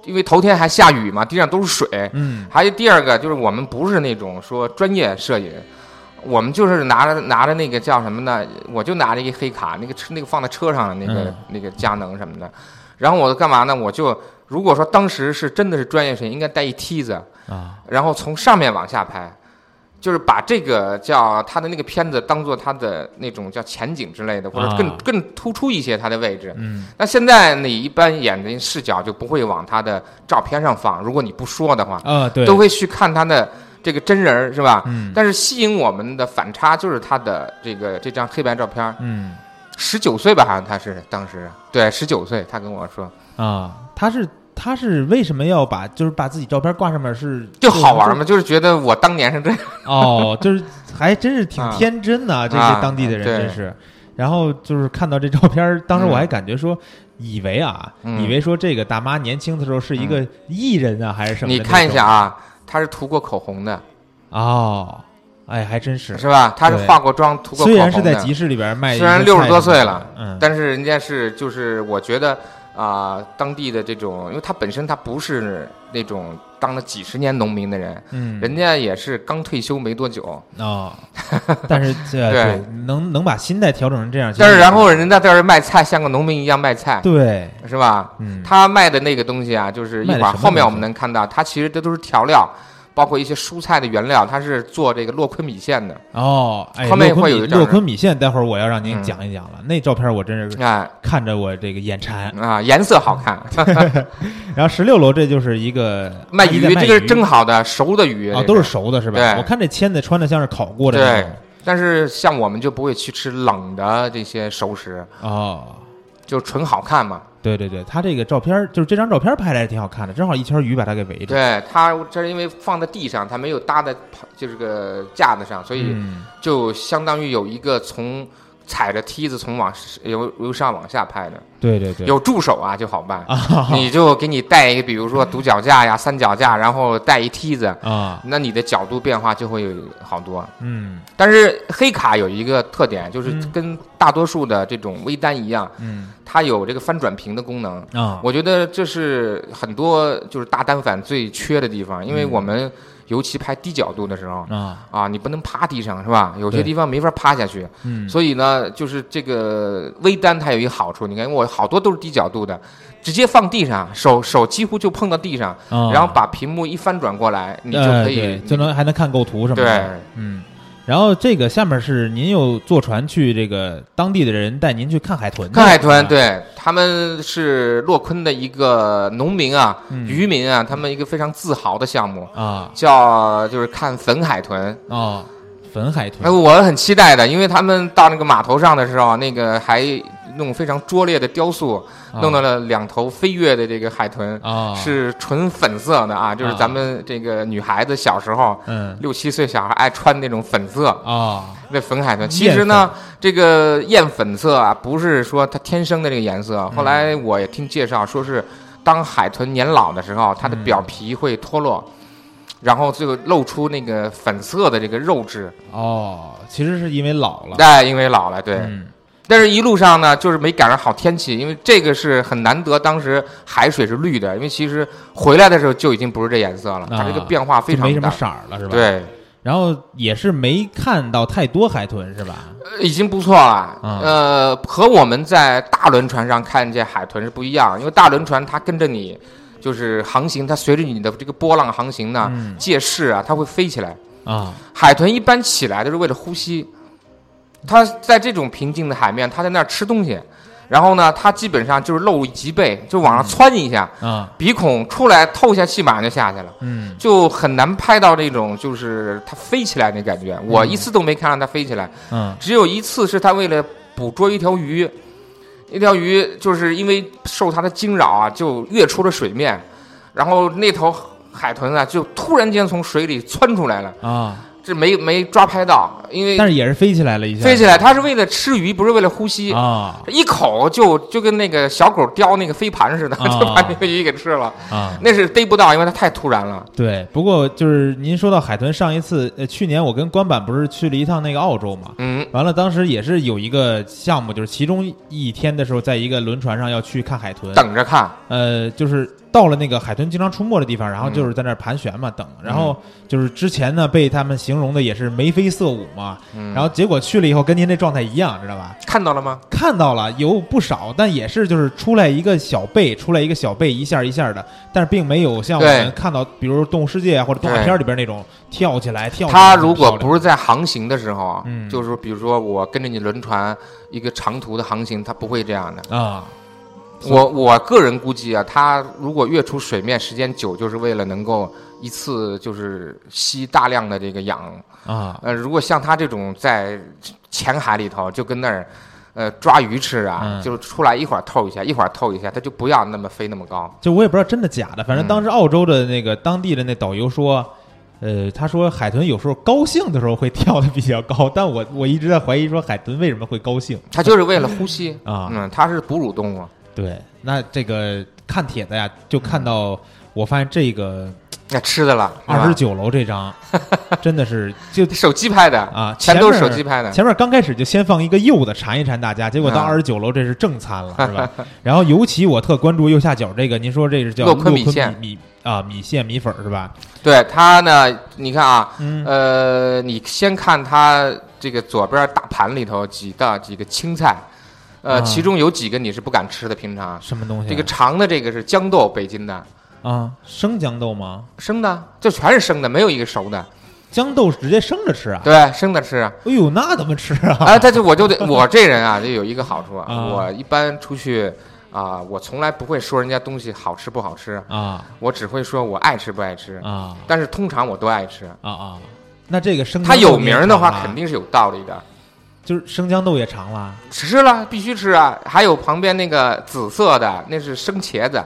S5: 因为头天还下雨嘛，地上都是水。
S3: 嗯，
S5: 还有第二个就是我们不是那种说专业摄影，我们就是拿着拿着那个叫什么呢？我就拿着一个黑卡，那个车那个放在车上的那个、
S3: 嗯
S5: 那个佳能什么的，然后我干嘛呢？我就如果说当时是真的是专业摄影，应该带一梯子，
S3: 啊，
S5: 然后从上面往下拍，就是把这个叫他的那个片子当做他的那种叫前景之类的，或者更、
S3: 啊
S5: 更突出一些他的位置。
S3: 嗯，
S5: 那现在你一般演的视角就不会往他的照片上放，如果你不说的话，
S3: 啊，对，
S5: 都会去看他的这个真人儿是吧？
S3: 嗯
S5: 但是吸引我们的反差就是他的这个这张黑白照片，
S3: 嗯
S5: 十九岁吧，好像他是当时对十九岁，他跟我说，
S3: 啊，她是他是为什么要把就是把自己照片挂上面是
S5: 就好玩嘛，就是觉得我当年是这样，
S3: 哦，就是 还真是挺
S5: 啊
S3: 天真的、这些
S5: 啊
S3: 当地的人
S5: 对
S3: 真是。然后就是看到这照片儿，当时我还
S5: 嗯
S3: 感觉说，以为啊，
S5: 嗯
S3: 以为说这个大妈年轻的时候是一个艺人啊，还是什么的
S5: 你
S3: 那种？
S5: 看一下啊，他是涂过口红的，
S3: 哦，哎，还真是。
S5: 是吧？他是
S3: 对
S5: 化过妆、涂过口
S3: 虽
S5: 红的。
S3: 然是在集市里边卖一些
S5: 虽
S3: 菜
S5: 然
S3: 什么的，
S5: 60多岁了
S3: 嗯，
S5: 但是人家是就是我觉得啊、当地的这种，因为他本身他不是那种当了几十年农民的人，
S3: 嗯，
S5: 人家也是刚退休没多久，
S3: 哦，但是这
S5: 对
S3: 对能能把心态调整成这样，其实
S5: 但是然后人家在这儿卖菜，像个农民一样卖菜，
S3: 对，
S5: 是吧？
S3: 嗯，
S5: 他卖的那个东西啊，就是一
S3: 卖的
S5: 会儿
S3: 什么
S5: 后面我
S3: 东西
S5: 们能看到，他其实这都是调料。包括一些蔬菜的原料，他是做这个洛坤米线的，
S3: 哦，哎，
S5: 后面
S3: 洛坤
S5: 会有
S3: 米
S5: 一张
S3: 洛
S5: 是
S3: 坤米线，待会儿我要让您
S5: 嗯
S3: 讲一讲了。那照片我真是
S5: 哎
S3: 看着我这个眼馋。
S5: 啊，颜色好看，
S3: 然后十六楼这就是一个
S5: 卖
S3: 阿姨在
S5: 鱼
S3: 卖
S5: 这个是蒸好的熟的鱼
S3: 啊，
S5: 这
S3: 都是熟的是吧？
S5: 对
S3: 我看这签子穿的像是烤过的那种。
S5: 但是像我们就不会去吃冷的这些熟食，
S3: 哦，
S5: 就纯好看嘛。
S3: 对对对，他这个照片儿就是这张照片儿拍的还挺好看的，正好一圈鱼把它给围着。
S5: 对，它这是因为放在地上，它没有搭在就是个架子上，所以
S3: 嗯，
S5: 就相当于有一个从踩着梯子从往由由上往下拍的，
S3: 对对对，
S5: 有助手啊就好办。
S3: 啊
S5: 你就给你带一个，比如说独脚架呀、三脚架，然后带一梯子，
S3: 啊，
S5: 那你的角度变化就会有好多。
S3: 嗯
S5: 但是黑卡有一个特点，就是
S3: 嗯
S5: 跟大多数的这种微单一样，
S3: 嗯
S5: 它有这个翻转屏的功能。
S3: 啊，
S5: 我觉得这是很多就是大单反最缺的地方，因为我们尤其拍低角度的时候
S3: 嗯啊
S5: 啊，你不能趴地上是吧？有些
S3: 对
S5: 地方没法趴下去，
S3: 嗯
S5: 所以呢，就是这个微单它有一个好处，你看我好多都是低角度的，直接放地上，手手几乎就碰到地上，
S3: 啊，
S5: 然后把屏幕一翻转过来，你就
S3: 呃
S5: 可以
S3: 对就能还能看构图什么的。
S5: 对
S3: 嗯。然后这个下面是您又坐船去这个当地的人带您去看海豚的，
S5: 看海豚，
S3: 是吧，
S5: 对，他们是洛坤的一个农民啊、
S3: 嗯
S5: 渔民啊，他们一个非常自豪的项目，
S3: 啊
S5: 叫就是看粉海豚。
S3: 哦，粉海
S5: 哎，
S3: 豚
S5: 我很期待的，因为他们到那个码头上的时候，那个还弄非常拙劣的雕塑，弄到了两头飞跃的这个海豚，
S3: 啊
S5: 是纯粉色的啊，就是
S3: 啊
S5: 咱们这个女孩子小时候。
S3: 嗯
S5: 六七岁小孩爱穿那种粉色，
S3: 啊
S5: 那粉海豚，其实呢，这个艳粉色啊，不是说它天生的这个颜色。啊后来
S3: 嗯
S5: 我也听介绍，说是当海豚年老的时候，它的
S3: 嗯
S5: 表皮会脱落，然后最后露出那个粉色的这个肉质。
S3: 哦，其实是因为老了，
S5: 哎，因为老了，对。
S3: 嗯
S5: 但是一路上呢，就是没赶上好天气，因为这个是很难得。当时海水是绿的，因为其实回来的时候就已经不是这颜色了，它这个
S3: 啊
S5: 变化非
S3: 就没什
S5: 常
S3: 么
S5: 大。
S3: 色儿了，是吧？。
S5: 对，
S3: 然后也是没看到太多海豚，是吧？
S5: 呃已经不错了。
S3: 嗯
S5: 呃，和我们在大轮船上看见海豚是不一样，因为大轮船它跟着你，就是航行，它随着你的这个波浪航行呢，
S3: 嗯
S5: 借势啊，它会飞起来。
S3: 啊
S5: 海豚一般起来都是为了呼吸，它在这种平静的海面，它在那儿吃东西，然后呢，它基本上就是露脊背，就往上窜一下，
S3: 啊
S5: 鼻孔出来透一下气，马上就下去了。
S3: 嗯
S5: 就很难拍到那种就是它飞起来那感觉，我一次都没看到它飞起来。
S3: 嗯
S5: 只有一次是他为了捕捉一条鱼，一条鱼就是因为受它的惊扰啊，就跃出了水面，然后那头海豚啊就突然间从水里窜出来了，
S3: 啊，
S5: 这没没抓拍到，因
S3: 但
S5: 为
S3: 是也是飞起来了一下，
S5: 飞起来它是为了吃鱼，不是为了呼吸。
S3: 啊
S5: 一口就就跟那个小狗叼那个飞盘似的，
S3: 啊
S5: 就把那个鱼给吃了。
S3: 啊。
S5: 那是逮不到，因为它太突然了。
S3: 对，不过就是您说到海豚，上一次呃，去年我跟关板不是去了一趟那个澳洲嘛，
S5: 嗯，
S3: 完了当时也是有一个项目，就是其中一天的时候，在一个轮船上要去看海豚，
S5: 等着看。
S3: 呃，就是到了那个海豚经常出没的地方，然后就是在那儿盘旋嘛，等。
S5: 嗯
S3: 然后就是之前呢，被他们形容的也是眉飞色舞嘛。
S5: 嗯，
S3: 然后结果去了以后，跟您这状态一样，知道吧？
S5: 看到了吗？
S3: 看到了有不少，但也是就是出来一个小背，出来一个小背，一下一下的，但是并没有像我
S5: 对
S3: 们看到，比如《动物世界》啊或者动画
S5: 对
S3: 片里边那种跳起来跳起来。
S5: 他如果不是在航行的时候啊，
S3: 嗯
S5: 就是说比如说我跟着你轮船一个长途的航行，他不会这样的。
S3: 啊，是
S5: 我我个人估计啊，他如果跃出水面时间久，就是为了能够一次就是吸大量的这个氧。
S3: 啊
S5: 呃，如果像他这种在浅海里头就跟那儿。呃抓鱼吃啊，
S3: 嗯
S5: 就是出来一会儿透一下，一会儿透一下，它就不要那么飞那么 高。
S3: 就我也不知道真的假的，反
S5: 嗯
S3: 正当时澳洲的那个当地的那导游说，呃，他说海豚有时候高兴的时候会跳的比较高， 但我我一直在怀疑说海豚为什么会高兴
S5: 它就是为了呼吸
S3: 啊
S5: 嗯，它是哺乳动物。
S3: 对，那这个看帖子呀，就看到我发现这个
S5: 那吃的了，
S3: 二十
S5: 嗯是吧
S3: 九楼这张真的是 就
S5: 手机拍的
S3: 啊，
S5: 全
S3: 前
S5: 都是
S3: 面
S5: 手机拍的。
S3: 前面刚开始就先放一个柚子馋一馋大家，结果到
S5: 嗯
S3: 二十九楼这是正餐了，是 吧？然后尤其我特关注右下角这个，您说这是叫
S5: 洛
S3: 昆
S5: 坤
S3: 米
S5: 米线
S3: 米啊米线米粉儿是吧？
S5: 对它呢，你看啊，
S3: 嗯
S5: 呃，你先看它这个左边大盘里头几大几个青菜，
S3: 啊
S5: 呃，其中有几个你是不敢吃的，平常。
S3: 什么东西啊？
S5: 这个长的这个是豇豆，北京的，
S3: 啊，生豇豆吗？
S5: 生的，这全是生的，没有一个熟
S3: 啊
S5: 的。
S3: 豇豆直接生着吃啊？
S5: 对，生的吃啊。
S3: 哎呦，那怎么吃啊？
S5: 哎，但是我就得，我这人 啊，就有一个好处
S3: 啊
S5: 啊，我一般出去啊、我从来不会说人家东西好吃不好吃，
S3: 啊
S5: 我只会说我爱吃不爱吃。
S3: 啊
S5: 但是通常我都爱吃。
S3: 啊啊！那这个生
S5: 它
S3: 豇豆
S5: 有名儿的
S3: 也尝
S5: 话，
S3: 了
S5: 肯定是有道理的。
S3: 就是生豇豆也尝了
S5: 吃了必须吃啊！还有旁边那个紫色的，那是生茄子，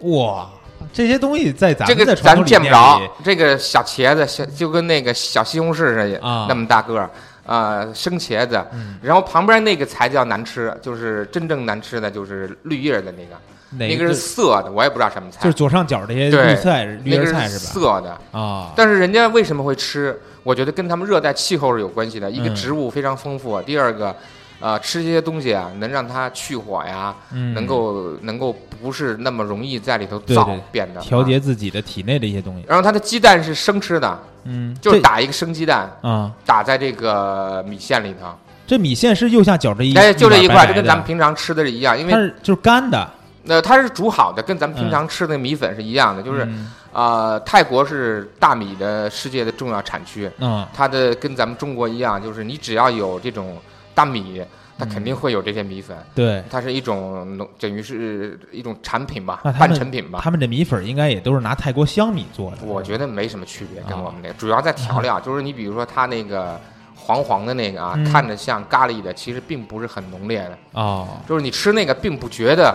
S3: 哇！这些东西在咱
S5: 这
S3: 们
S5: 个
S3: 在传
S5: 咱
S3: 统
S5: 见
S3: 理
S5: 不
S3: 念
S5: 着
S3: 里。
S5: 这个小茄子，小就跟那个小西红柿似的，
S3: 啊
S5: 那么大个儿，呃，生茄子。
S3: 嗯
S5: 然后旁边那个才叫难吃，就是真正难吃的就是绿叶的那个，
S3: 哪
S5: 那个是涩的，我也不知道什么菜，
S3: 就是左上角这些
S5: 对
S3: 绿菜绿
S5: 那
S3: 叶
S5: 个
S3: 菜
S5: 是
S3: 是吧？
S5: 涩的。
S3: 啊，
S5: 但是人家为什么会吃？我觉得跟他们热带气候是有关系的。一个
S3: 嗯
S5: 植物非常丰富，啊第二个，呃，吃这些东西啊，能让它去火呀，
S3: 嗯
S5: 能够能够不是那么容易在里头
S3: 对
S5: 燥
S3: 对
S5: 变的
S3: 调。
S5: 啊
S3: 节自己的体内的一些东西。
S5: 然后它的鸡蛋是生吃的，
S3: 嗯，
S5: 就是
S3: 这
S5: 打一个生鸡蛋，
S3: 啊，
S5: 打在这个米线里头。
S3: 这米线是右下角这一，
S5: 哎，就这一块，
S3: 白白的
S5: 就跟咱们平常吃的是一样，因
S3: 它
S5: 为
S3: 是就是干的，
S5: 呃它是煮好的，跟咱们
S3: 嗯
S5: 平常吃的米粉是一样的。就是
S3: 嗯
S5: 呃，泰国是大米的世界的重要产区，
S3: 啊
S5: 它的跟咱们中国一样，就是你只要有这种大米，它肯定会有这些米粉，
S3: 对。
S5: 它是一种农，等于是一种产品吧，
S3: 那他
S5: 半
S3: 们
S5: 成品吧。
S3: 他们这米粉儿应该也都是拿泰国香米做的。
S5: 我
S3: 得
S5: 觉得没什么区别，跟
S3: 啊
S5: 我们那个主要在调 料，就是你比如说它那个黄黄的那个啊
S3: 嗯，
S5: 看着像咖喱的，其实并不是很浓烈的，
S3: 哦，
S5: 就是你吃那个并不觉得。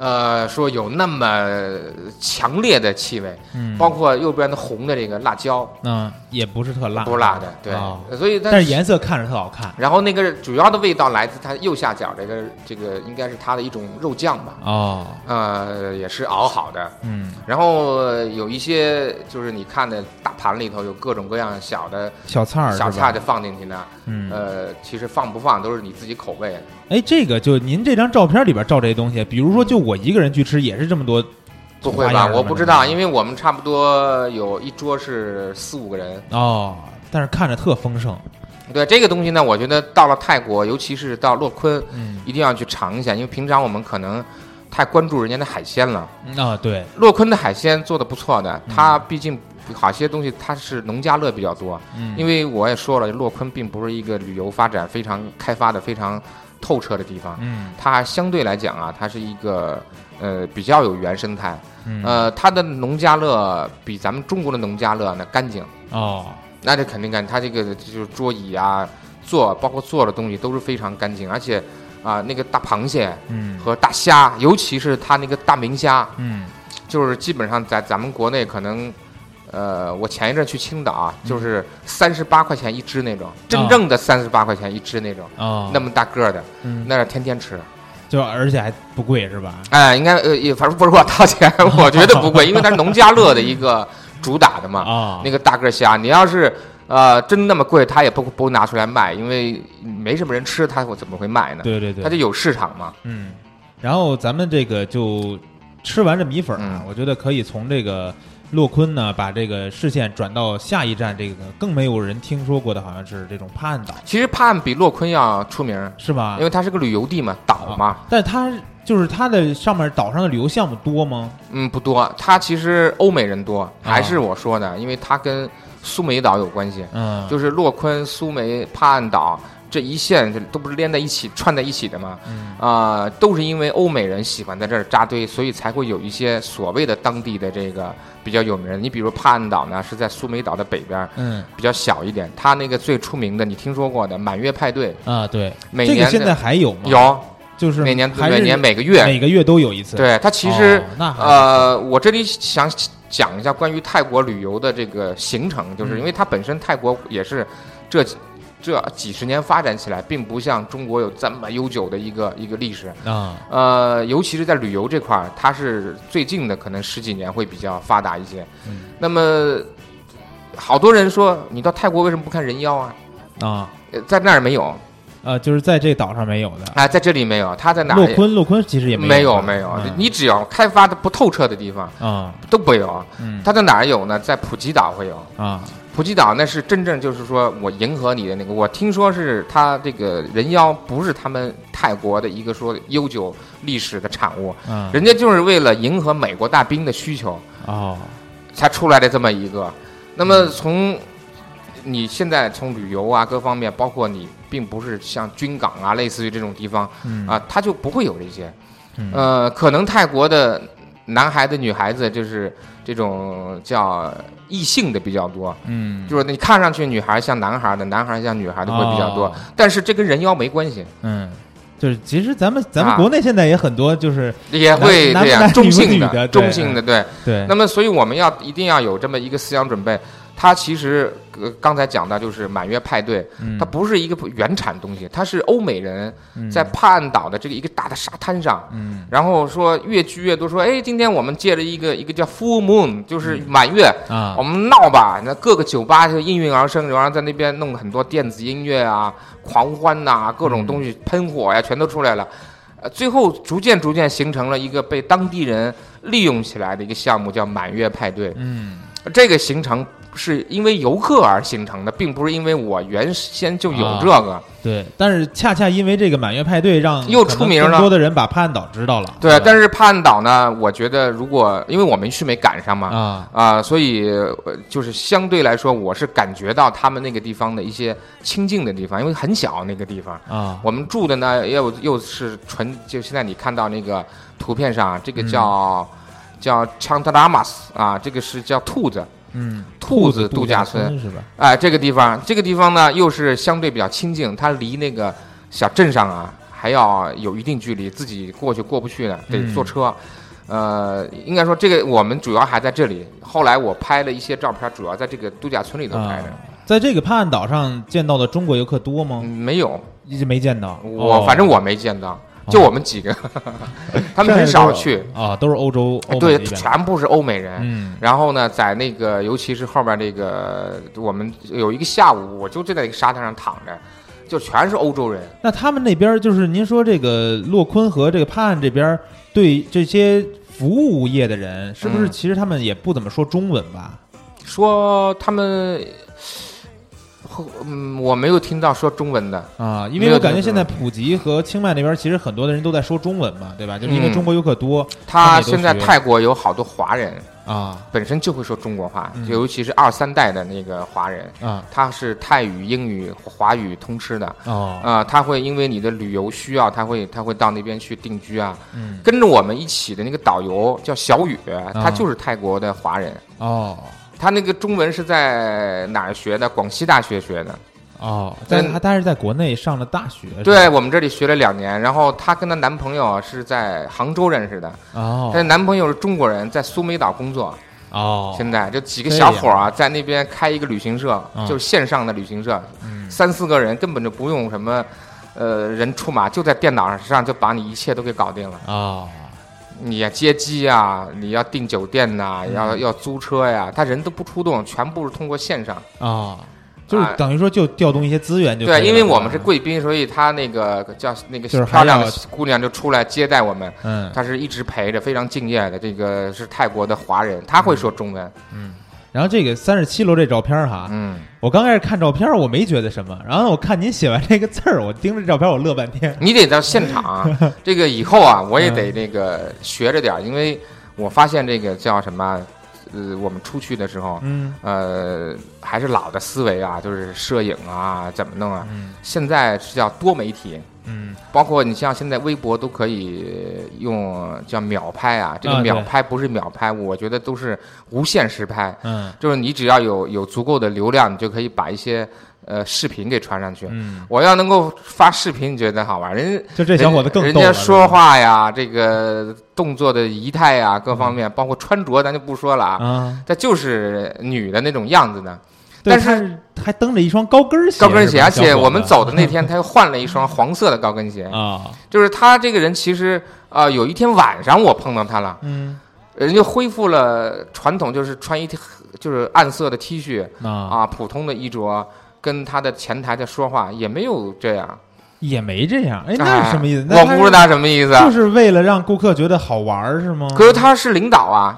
S5: 呃，说有那么强烈的气味，
S3: 嗯，
S5: 包括右边的红的这个辣椒，
S3: 嗯也不是特辣，
S5: 不辣的，对，
S3: 哦
S5: 所以它
S3: 但是颜色看着特好看
S5: 然后那个主要的味道来自它右下角这个这个应该是它的一种肉酱吧，
S3: 哦，
S5: 呃，也是熬好的。
S3: 嗯，
S5: 然后呃有一些就是你看的大盘里头有各种各样小的
S3: 小菜儿是
S5: 小
S3: 吧
S5: 菜就放进去呢，
S3: 嗯，
S5: 呃，其实放不放都是你自己口味的。
S3: 哎，这个就您这张照片里边照这些东西，比如说就我一个人去吃也是这么多
S5: 不会
S3: 花
S5: 吧？
S3: 样儿
S5: 我
S3: 吗
S5: 不知道，因为我们差不多有一桌是四五个人。
S3: 哦，但是看着特丰盛，
S5: 对这个东西呢，我觉得到了泰国，尤其是到洛坤，
S3: 嗯
S5: 一定要去尝一下，因为平常我们可能太关注人家的海鲜了。
S3: 啊对，
S5: 洛坤的海鲜做的不错的，
S3: 嗯
S5: 它毕竟好些东西它是农家乐比较多，
S3: 嗯
S5: 因为我也说了，洛坤并不是一个旅游发展非常开发的非常透彻的地方，
S3: 嗯
S5: 它相对来讲啊，它是一个呃比较有原生态，
S3: 嗯
S5: 呃，它的农家乐比咱们中国的农家乐呢干净，
S3: 哦
S5: 那这肯定干净，它这个就是桌椅啊、坐包括坐的东西都是非常干净，而且啊、那个大螃蟹
S3: 嗯
S5: 和大虾，尤其是它那个大明虾，
S3: 嗯
S5: 就是基本上在咱们国内可能，呃，我前一阵去青岛啊，
S3: 嗯
S5: 就是三十八块钱一只那种，真
S3: 啊
S5: 正的三十八块钱一只那种，
S3: 哦，
S5: 那么大个儿的，
S3: 嗯
S5: 那是天天吃。
S3: 就而且还不贵是吧？
S5: 哎，应该呃，也反正不是我掏钱，我觉得不贵，因为它是农家乐的一个主打的嘛。
S3: 啊
S5: 那个大个虾，你要是呃真那么贵，它也不不拿出来卖，因为没什么人吃，它我怎么会卖呢？
S3: 对对对
S5: 它，就有市场嘛。
S3: 嗯，然后咱们这个就吃完这米粉啊，
S5: 嗯
S3: 我觉得可以从这个洛坤呢，把这个视线转到下一站，这个更没有人听说过的，好像是这种帕岸岛，
S5: 其实帕岸比洛坤要出名，
S3: 是吧？
S5: 因为它是个旅游地嘛，岛嘛。
S3: 但它就是它的上面岛上的旅游项目多吗？
S5: 嗯，不多。它其实欧美人多，还是我说的，因为它跟苏梅岛有关系，
S3: 嗯，
S5: 就是洛坤、苏梅、帕岸岛这一线这都不是连在一起串在一起的嘛，
S3: 嗯
S5: 啊、都是因为欧美人喜欢在这儿扎堆，所以才会有一些所谓的当地的这个比较有名的。你比如帕岸岛呢，是在苏梅岛的北边儿，
S3: 嗯
S5: 比较小一点。它那个最出名的，你听说过的满月派对，
S3: 啊，对，
S5: 每
S3: 这个
S5: 年的
S3: 现在还有吗？，
S5: 有
S3: 就是
S5: 每年
S3: 还是
S5: 每年每个月
S3: 每个月都有一次。，
S5: 对它其实、
S3: 哦那还
S5: 呃，我这里想讲一下关于泰国旅游的这个行程，就是
S3: 嗯
S5: 因为它本身泰国也是这几这几十年发展起来，并不像中国有这么悠久的一个一个历史。
S3: 啊，
S5: 呃，尤其是在旅游这块儿，它是最近的可能十几年会比较发达一些。
S3: 嗯
S5: 那么，好多人说你到泰国为什么不看人妖啊？
S3: 啊
S5: 呃在那儿没有
S3: 啊，就是在这岛上没有的。
S5: 啊，在这里没有，他在哪儿
S3: 洛
S5: 也
S3: 坤，洛坤其实也
S5: 没
S3: 有
S5: 有
S3: 吧
S5: 没有
S3: 嗯，
S5: 你只要开发的不透彻的地方
S3: 啊
S5: 都不有。
S3: 嗯
S5: 它在哪儿有呢？在普吉岛会有。
S3: 啊
S5: 普吉岛那是真正就是说我迎合你的那个。我听说是它这个人妖不是他们泰国的一个说悠久历史的产物，
S3: 啊
S5: 人家就是为了迎合美国大兵的需求
S3: 哦
S5: 才出来的这么一个。那么
S3: 嗯
S5: 从你现在从旅游啊各方面，包括你并不是像军港啊类似于这种地方
S3: 嗯
S5: 啊，它就不会有这些。
S3: 嗯
S5: 呃，可能泰国的男孩子、女孩子就是这种叫异性的比较多，
S3: 嗯
S5: 就是你看上去女孩像男孩的，男孩像女孩的会比较多，
S3: 哦
S5: 但是这跟人妖没关系，
S3: 嗯，就是其实咱们咱们
S5: 啊
S3: 国内现在也很多就是
S5: 也
S3: 男
S5: 会
S3: 男
S5: 这
S3: 男
S5: 样
S3: 女
S5: 中
S3: 不
S5: 性
S3: 女
S5: 的、
S3: 的对
S5: 中性的对。
S3: 对
S5: 那么，所以我们要一定要有这么一个思想准备。它其实呃刚才讲到就是满月派对，
S3: 嗯
S5: 它不是一个原产东西，它是欧美人
S3: 嗯
S5: 在帕岸岛的这个一个大的沙滩上，
S3: 嗯
S5: 然后说越聚越多，说哎，今天我们借着一个一个叫 full moon，就是满月，
S3: 啊
S5: 我们闹吧。那各个酒吧就应运而生，然后在那边弄很多电子音乐啊、狂欢呐、各种东西喷火
S3: 嗯
S5: 呀、全都出来了。呃，最后逐渐逐渐形成了一个被当地人利用起来的一个项目，叫满月派对。
S3: 嗯
S5: 这个形成是因为游客而形成的，并不是因为我原先就有
S3: 啊
S5: 这个。
S3: 对，但是恰恰因为这个满月派对让
S5: 又
S3: 可能
S5: 出名了
S3: 更多的人把帕岸岛知道了。
S5: 对，但
S3: 是
S5: 是帕岸岛呢，我觉得如果因为我们去没赶上嘛，
S3: 啊
S5: 啊、所以呃就是相对来说，我是感觉到他们那个地方的一些清静的地方，因为很小那个地方。
S3: 啊
S5: 我们住的呢，又又是纯，就现在你看到那个图片上，这个叫、叫 Chantalamas 啊，这个是叫兔子，
S3: 嗯，
S5: 兔
S3: 子
S5: 子
S3: 度
S5: 度假村
S3: 村是吧？
S5: 哎、这个地方，这个地方呢又是相对比较清静，它离那个小镇上啊还要有一定距离，自己过去过不去呢，得
S3: 嗯
S5: 坐车。呃，应该说这个我们主要还在这里。后来我拍了一些照片，主要在这个度假村里头拍
S3: 啊
S5: 的。，
S3: 在这个帕岸岛上见到的中国游客多吗
S5: 嗯，？没有，
S3: 一直没见到，
S5: 我、
S3: 哦
S5: 反正我没见到，就我们几 个，他们很少去，哎
S3: 啊，都是欧洲欧美
S5: 对，
S3: 那边的
S5: 全部是欧美人。
S3: 嗯
S5: 然后呢，在那个，尤其是后边这个，我们有一个下午，我就就在一个沙滩上躺着，就全是欧洲人。
S3: 那他们那边儿就是您说这个洛坤和这个帕岸这边儿对这些服务业的人，是不是
S5: 嗯
S3: 其实他们也不怎么说中文吧？
S5: 说他们，嗯，我没有听到说中文的，
S3: 啊，因为
S5: 没有
S3: 我感觉
S5: 这个
S3: 现在普吉和清迈那边儿其实很多的人都在说中文嘛，对吧？就是因为
S5: 嗯
S3: 中国游客多
S5: 他
S3: 他们也都
S5: 现在
S3: 学
S5: 泰国有好多华人，
S3: 啊
S5: 本身就会说中国话，
S3: 嗯
S5: 尤其是二三代的那个华人，
S3: 啊
S5: 他是泰语、英语、华语通吃的，
S3: 哦
S5: 啊、他会因为你的旅游需要，他会他会到那边去定居啊。
S3: 嗯啊
S5: 跟着我们一起的那个导游叫小雨，他就是泰国的华人，
S3: 哦
S5: 他那个中文是在哪儿学的？广西大学学的。
S3: 哦，但是
S5: 跟
S3: 他他是在国内上了大学，是
S5: 对
S3: 吧
S5: 我们这里学了两年，然后她跟她男朋友啊是在杭州认识的，她的
S3: 哦
S5: 男朋友是中国人，在苏梅岛工作，
S3: 哦
S5: 现在就几个
S3: 这
S5: 小
S3: 样
S5: 伙儿啊，在那边开一个旅行社，
S3: 嗯
S5: 就是线上的旅行社，
S3: 嗯
S5: 三四个人根本就不用什么。呃，人出马就在电脑上就把你一切都给搞定了。
S3: 哦
S5: 你要接机啊，你要订酒店呐、要
S3: 嗯
S5: 要租车呀、他人都不出动，全部是通过线上。
S3: 哦，就是
S5: 啊
S3: 等于说就调动一些资源就可以
S5: 对，因为
S3: 了
S5: 我
S3: 吧
S5: 们是贵宾，所以他那个叫那个
S3: 啊就是还
S5: 漂亮的
S3: 要
S5: 姑娘就出来接待我们。
S3: 嗯
S5: 他是一直陪着，非常敬业的。这个是泰国的华人，他会说中文。
S3: 然后这个三十七楼这照片儿哈，
S5: 嗯，
S3: 我刚开始看照片儿我没觉得什么，然后我看您写完这个字儿，我盯着照片儿我乐半天。
S5: 你得到现场
S3: 嗯
S5: 啊。这个以后啊，我也得那个学着点儿，因为我发现这个叫什么，呃，我们出去的时候，
S3: 嗯
S5: 呃，还是老的思维啊，就是摄影啊，怎么弄啊？
S3: 嗯
S5: 现在是叫多媒体，
S3: 嗯，
S5: 包括你像现在微博都可以用叫秒拍啊，这
S3: 啊
S5: 个秒
S3: 对
S5: 拍不是秒拍，我觉得都是无限实拍，
S3: 嗯
S5: 就是你只要有有足够的流量，你就可以把一些呃视频给传上去。
S3: 嗯，
S5: 我要能够发视频，你觉得好玩？人
S3: 就这小伙子更
S5: 人
S3: 逗了。
S5: 家说话呀，这个动作的仪态呀，各方
S3: 嗯
S5: 面，包括穿着，咱就不说了啊。
S3: 啊，
S5: 她就是女的那种样子呢，
S3: 对
S5: 但是
S3: 他还蹬着一双高跟鞋，
S5: 高跟
S3: 是
S5: 鞋，
S3: 吧
S5: 而且我们
S3: 小
S5: 走
S3: 伙
S5: 的那 天，她又换了一双黄色的高跟鞋
S3: 子。啊，
S5: 就是她这个人，其实啊、呃有一天晚上我碰到她了，
S3: 嗯
S5: 人家恢复了传统，就是穿一就是暗色的 T 恤
S3: 啊，
S5: 啊，普通的衣着，跟她的前台在说话，也没有这样。
S3: 也没这样，哎，那
S5: 哎
S3: 是什么意思？那
S5: 我
S3: 他
S5: 不知道什么意思啊。
S3: 就是为了让顾客觉得好玩儿是吗？
S5: 可是她是领导啊，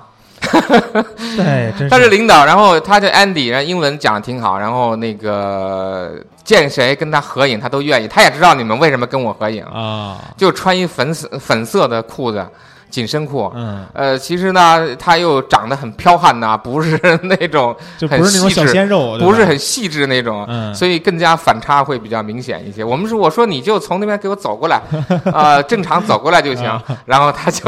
S3: 对，真
S5: 他是
S3: 是
S5: 领导，然后他叫 Andy，然后英文讲的挺好，然后那个见谁跟他合影，他都愿意。他也知道你们为什么跟我合影，
S3: 啊，
S5: 就穿一粉色粉色的裤子，紧身裤。
S3: 嗯，
S5: 呃，其实呢，他又长得很彪悍呐、不是那种
S3: 就不是那种
S5: 很细
S3: 小
S5: 致
S3: 鲜肉，对吧
S5: 不是很细致那种，
S3: 嗯
S5: 所以更加反差会比较明显一些。我们说，我说你就从那边给我走过 来，呃，正常走过来就行
S3: 啊。
S5: 然后他就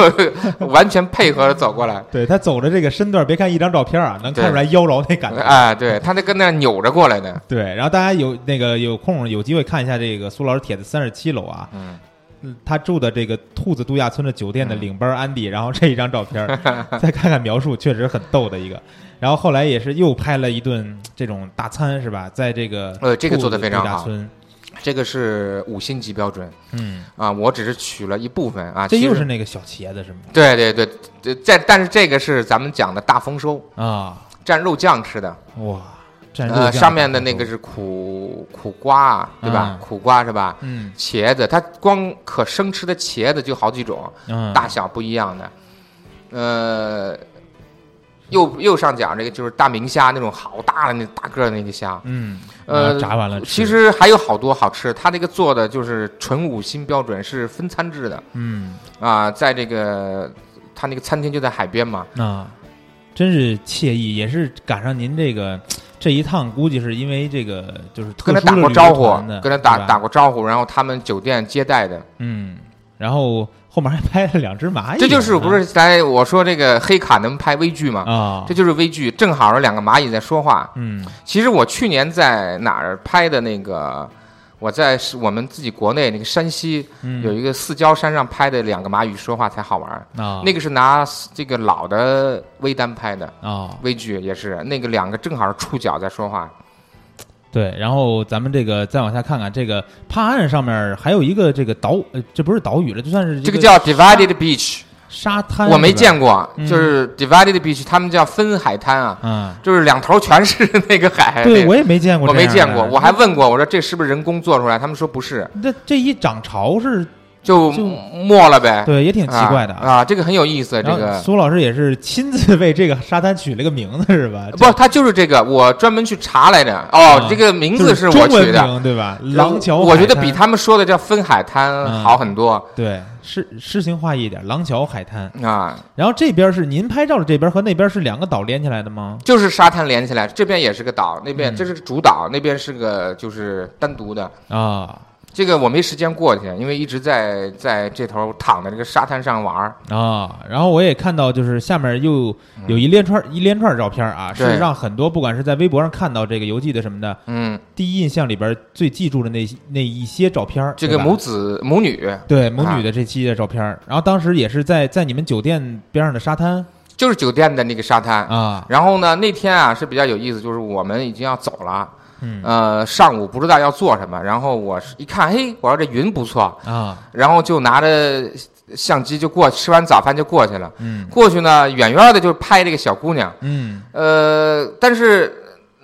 S5: 完全配合着走 过来，
S3: 对他走着这个身段，别看一张照片啊，能
S5: 对
S3: 看出来妖娆那感觉。
S5: 哎、对，他就跟那儿扭着过来的，
S3: 对，然后大家有那个有空有机会看一下这个苏老师帖子三十七楼啊，
S5: 嗯。
S3: 嗯他住的这个兔子度假村的酒店的领班安迪，然后这一张照 片儿，再看看描述，确实很逗的一个。然后后来也是又拍了一顿这种大餐是吧？在这个
S5: 呃这个做得非常好
S3: 兔子度假村，
S5: 这个是五星级标准
S3: 嗯，
S5: 啊，我只是取了一部分啊。
S3: 这
S5: 其
S3: 又
S5: 实
S3: 是那个小茄子是吗？
S5: 对对对，这在但是这个是咱们讲的大丰收，
S3: 啊，
S5: 蘸肉酱吃的。
S3: 哇，蘸肉酱
S5: 呃，上面的那个是苦苦瓜，啊对
S3: 嗯？
S5: 吧苦瓜是吧？
S3: 嗯
S5: 茄子，它光可生吃的茄子就好几种，
S3: 嗯
S5: 大小不一样的。呃，右右上角这个就是大明虾那种好大的那大个儿的那个虾，
S3: 嗯
S5: 呃
S3: 然后炸完了吃，
S5: 其实还有好多好吃。它这个做的就是纯五星标准，是分餐制的。
S3: 嗯
S5: 啊、在这个他那个餐厅就在海边嘛，
S3: 啊，真是惬意，也是赶上您这个这一趟，估计是因为这个就是特
S5: 跟他
S3: 殊的旅
S5: 打过
S3: 游
S5: 招呼
S3: 团的，
S5: 跟他
S3: 对
S5: 打
S3: 吧
S5: 打过招呼，然后他们酒店接待的，
S3: 嗯，然后后面还拍了两只蚂蚁，
S5: 这就是不是在我说这个黑卡能拍微剧
S3: 嗯啊？
S5: 嘛？这就是微剧，正好是两个蚂蚁在说话。
S3: 嗯
S5: 其实我去年在哪儿拍的那个，我在是我们自己国内那个山西
S3: 嗯，
S5: 有一个四郊山上拍的两个蚂蚁说话才好玩儿。
S3: 啊
S5: 那个是拿这个老的微单拍的
S3: 啊
S5: 微剧，也是那个两个正好是触角在说话。
S3: 对，然后咱们这个再往下看看，这个帕岸上面还有一个这个岛，呃，这不是岛屿了，就算是一
S5: 这个叫 Divided Beach，
S3: 沙滩，
S5: 我没见
S3: 过，
S5: 过，
S3: 嗯
S5: 就是 Divided Beach，他们叫分海滩啊，
S3: 嗯，
S5: 就是两头全是 那个海。哎那
S3: 对
S5: 个
S3: 我也没见过，
S5: 我没见过，我还问过，我说这是不是人工做出来？他们说不是，
S3: 这这一涨潮是，
S5: 就
S3: 就
S5: 没了呗。
S3: 对，也挺奇怪的
S5: 哎啊。啊，这个很有意思，这
S3: 然后
S5: 个
S3: 苏老师也是亲自 为这个沙滩取了个名字是吧？
S5: 不，它就是这个，我专门去查来着。
S3: 啊
S5: 哦，这个名
S3: 这
S5: 字
S3: 就是
S5: 我
S3: 中
S5: 取
S3: 文
S5: 的。
S3: 名对吧？
S5: 然后
S3: 廊桥海滩，
S5: 我觉得比他们说的叫分海滩
S3: 嗯
S5: 好很多
S3: 对诗诗情画意一点，廊桥海滩。
S5: 啊，
S3: 然后这边是您拍照的这边和那边是两个岛连起来的吗？
S5: 就是沙滩连起来，这边也是个岛，那边
S3: 嗯
S5: 这是个主岛，那边是个就是单独的。
S3: 啊
S5: 这个我没时间过去，因为一直在在这头躺在这个沙滩上玩儿。
S3: 啊！然后我也看到，就是下面又有一连串、一连串照片啊，
S5: 嗯对
S3: 是让很多不管是在微博上看到这个游记的什么的，
S5: 嗯，
S3: 第一印象里边最记住的那那一些照片儿，
S5: 这
S3: 对
S5: 个
S3: 吧
S5: 母啊子母女
S3: 对母女的这期的照片儿，然后当时也是在在你们酒店边上的沙滩
S5: 就是酒店的那个沙滩。
S3: 啊，
S5: 然后呢，那天啊是比较有意思，就是我们已经要走了，
S3: 嗯
S5: 呃，上午不知道要做什么，然后我是一看，嘿，我说这云不错，
S3: 啊，
S5: 然后就拿着相机就过，吃完早饭就过去了。
S3: 嗯
S5: 过去呢，远远的就拍这个小姑娘，
S3: 嗯
S5: 呃，但是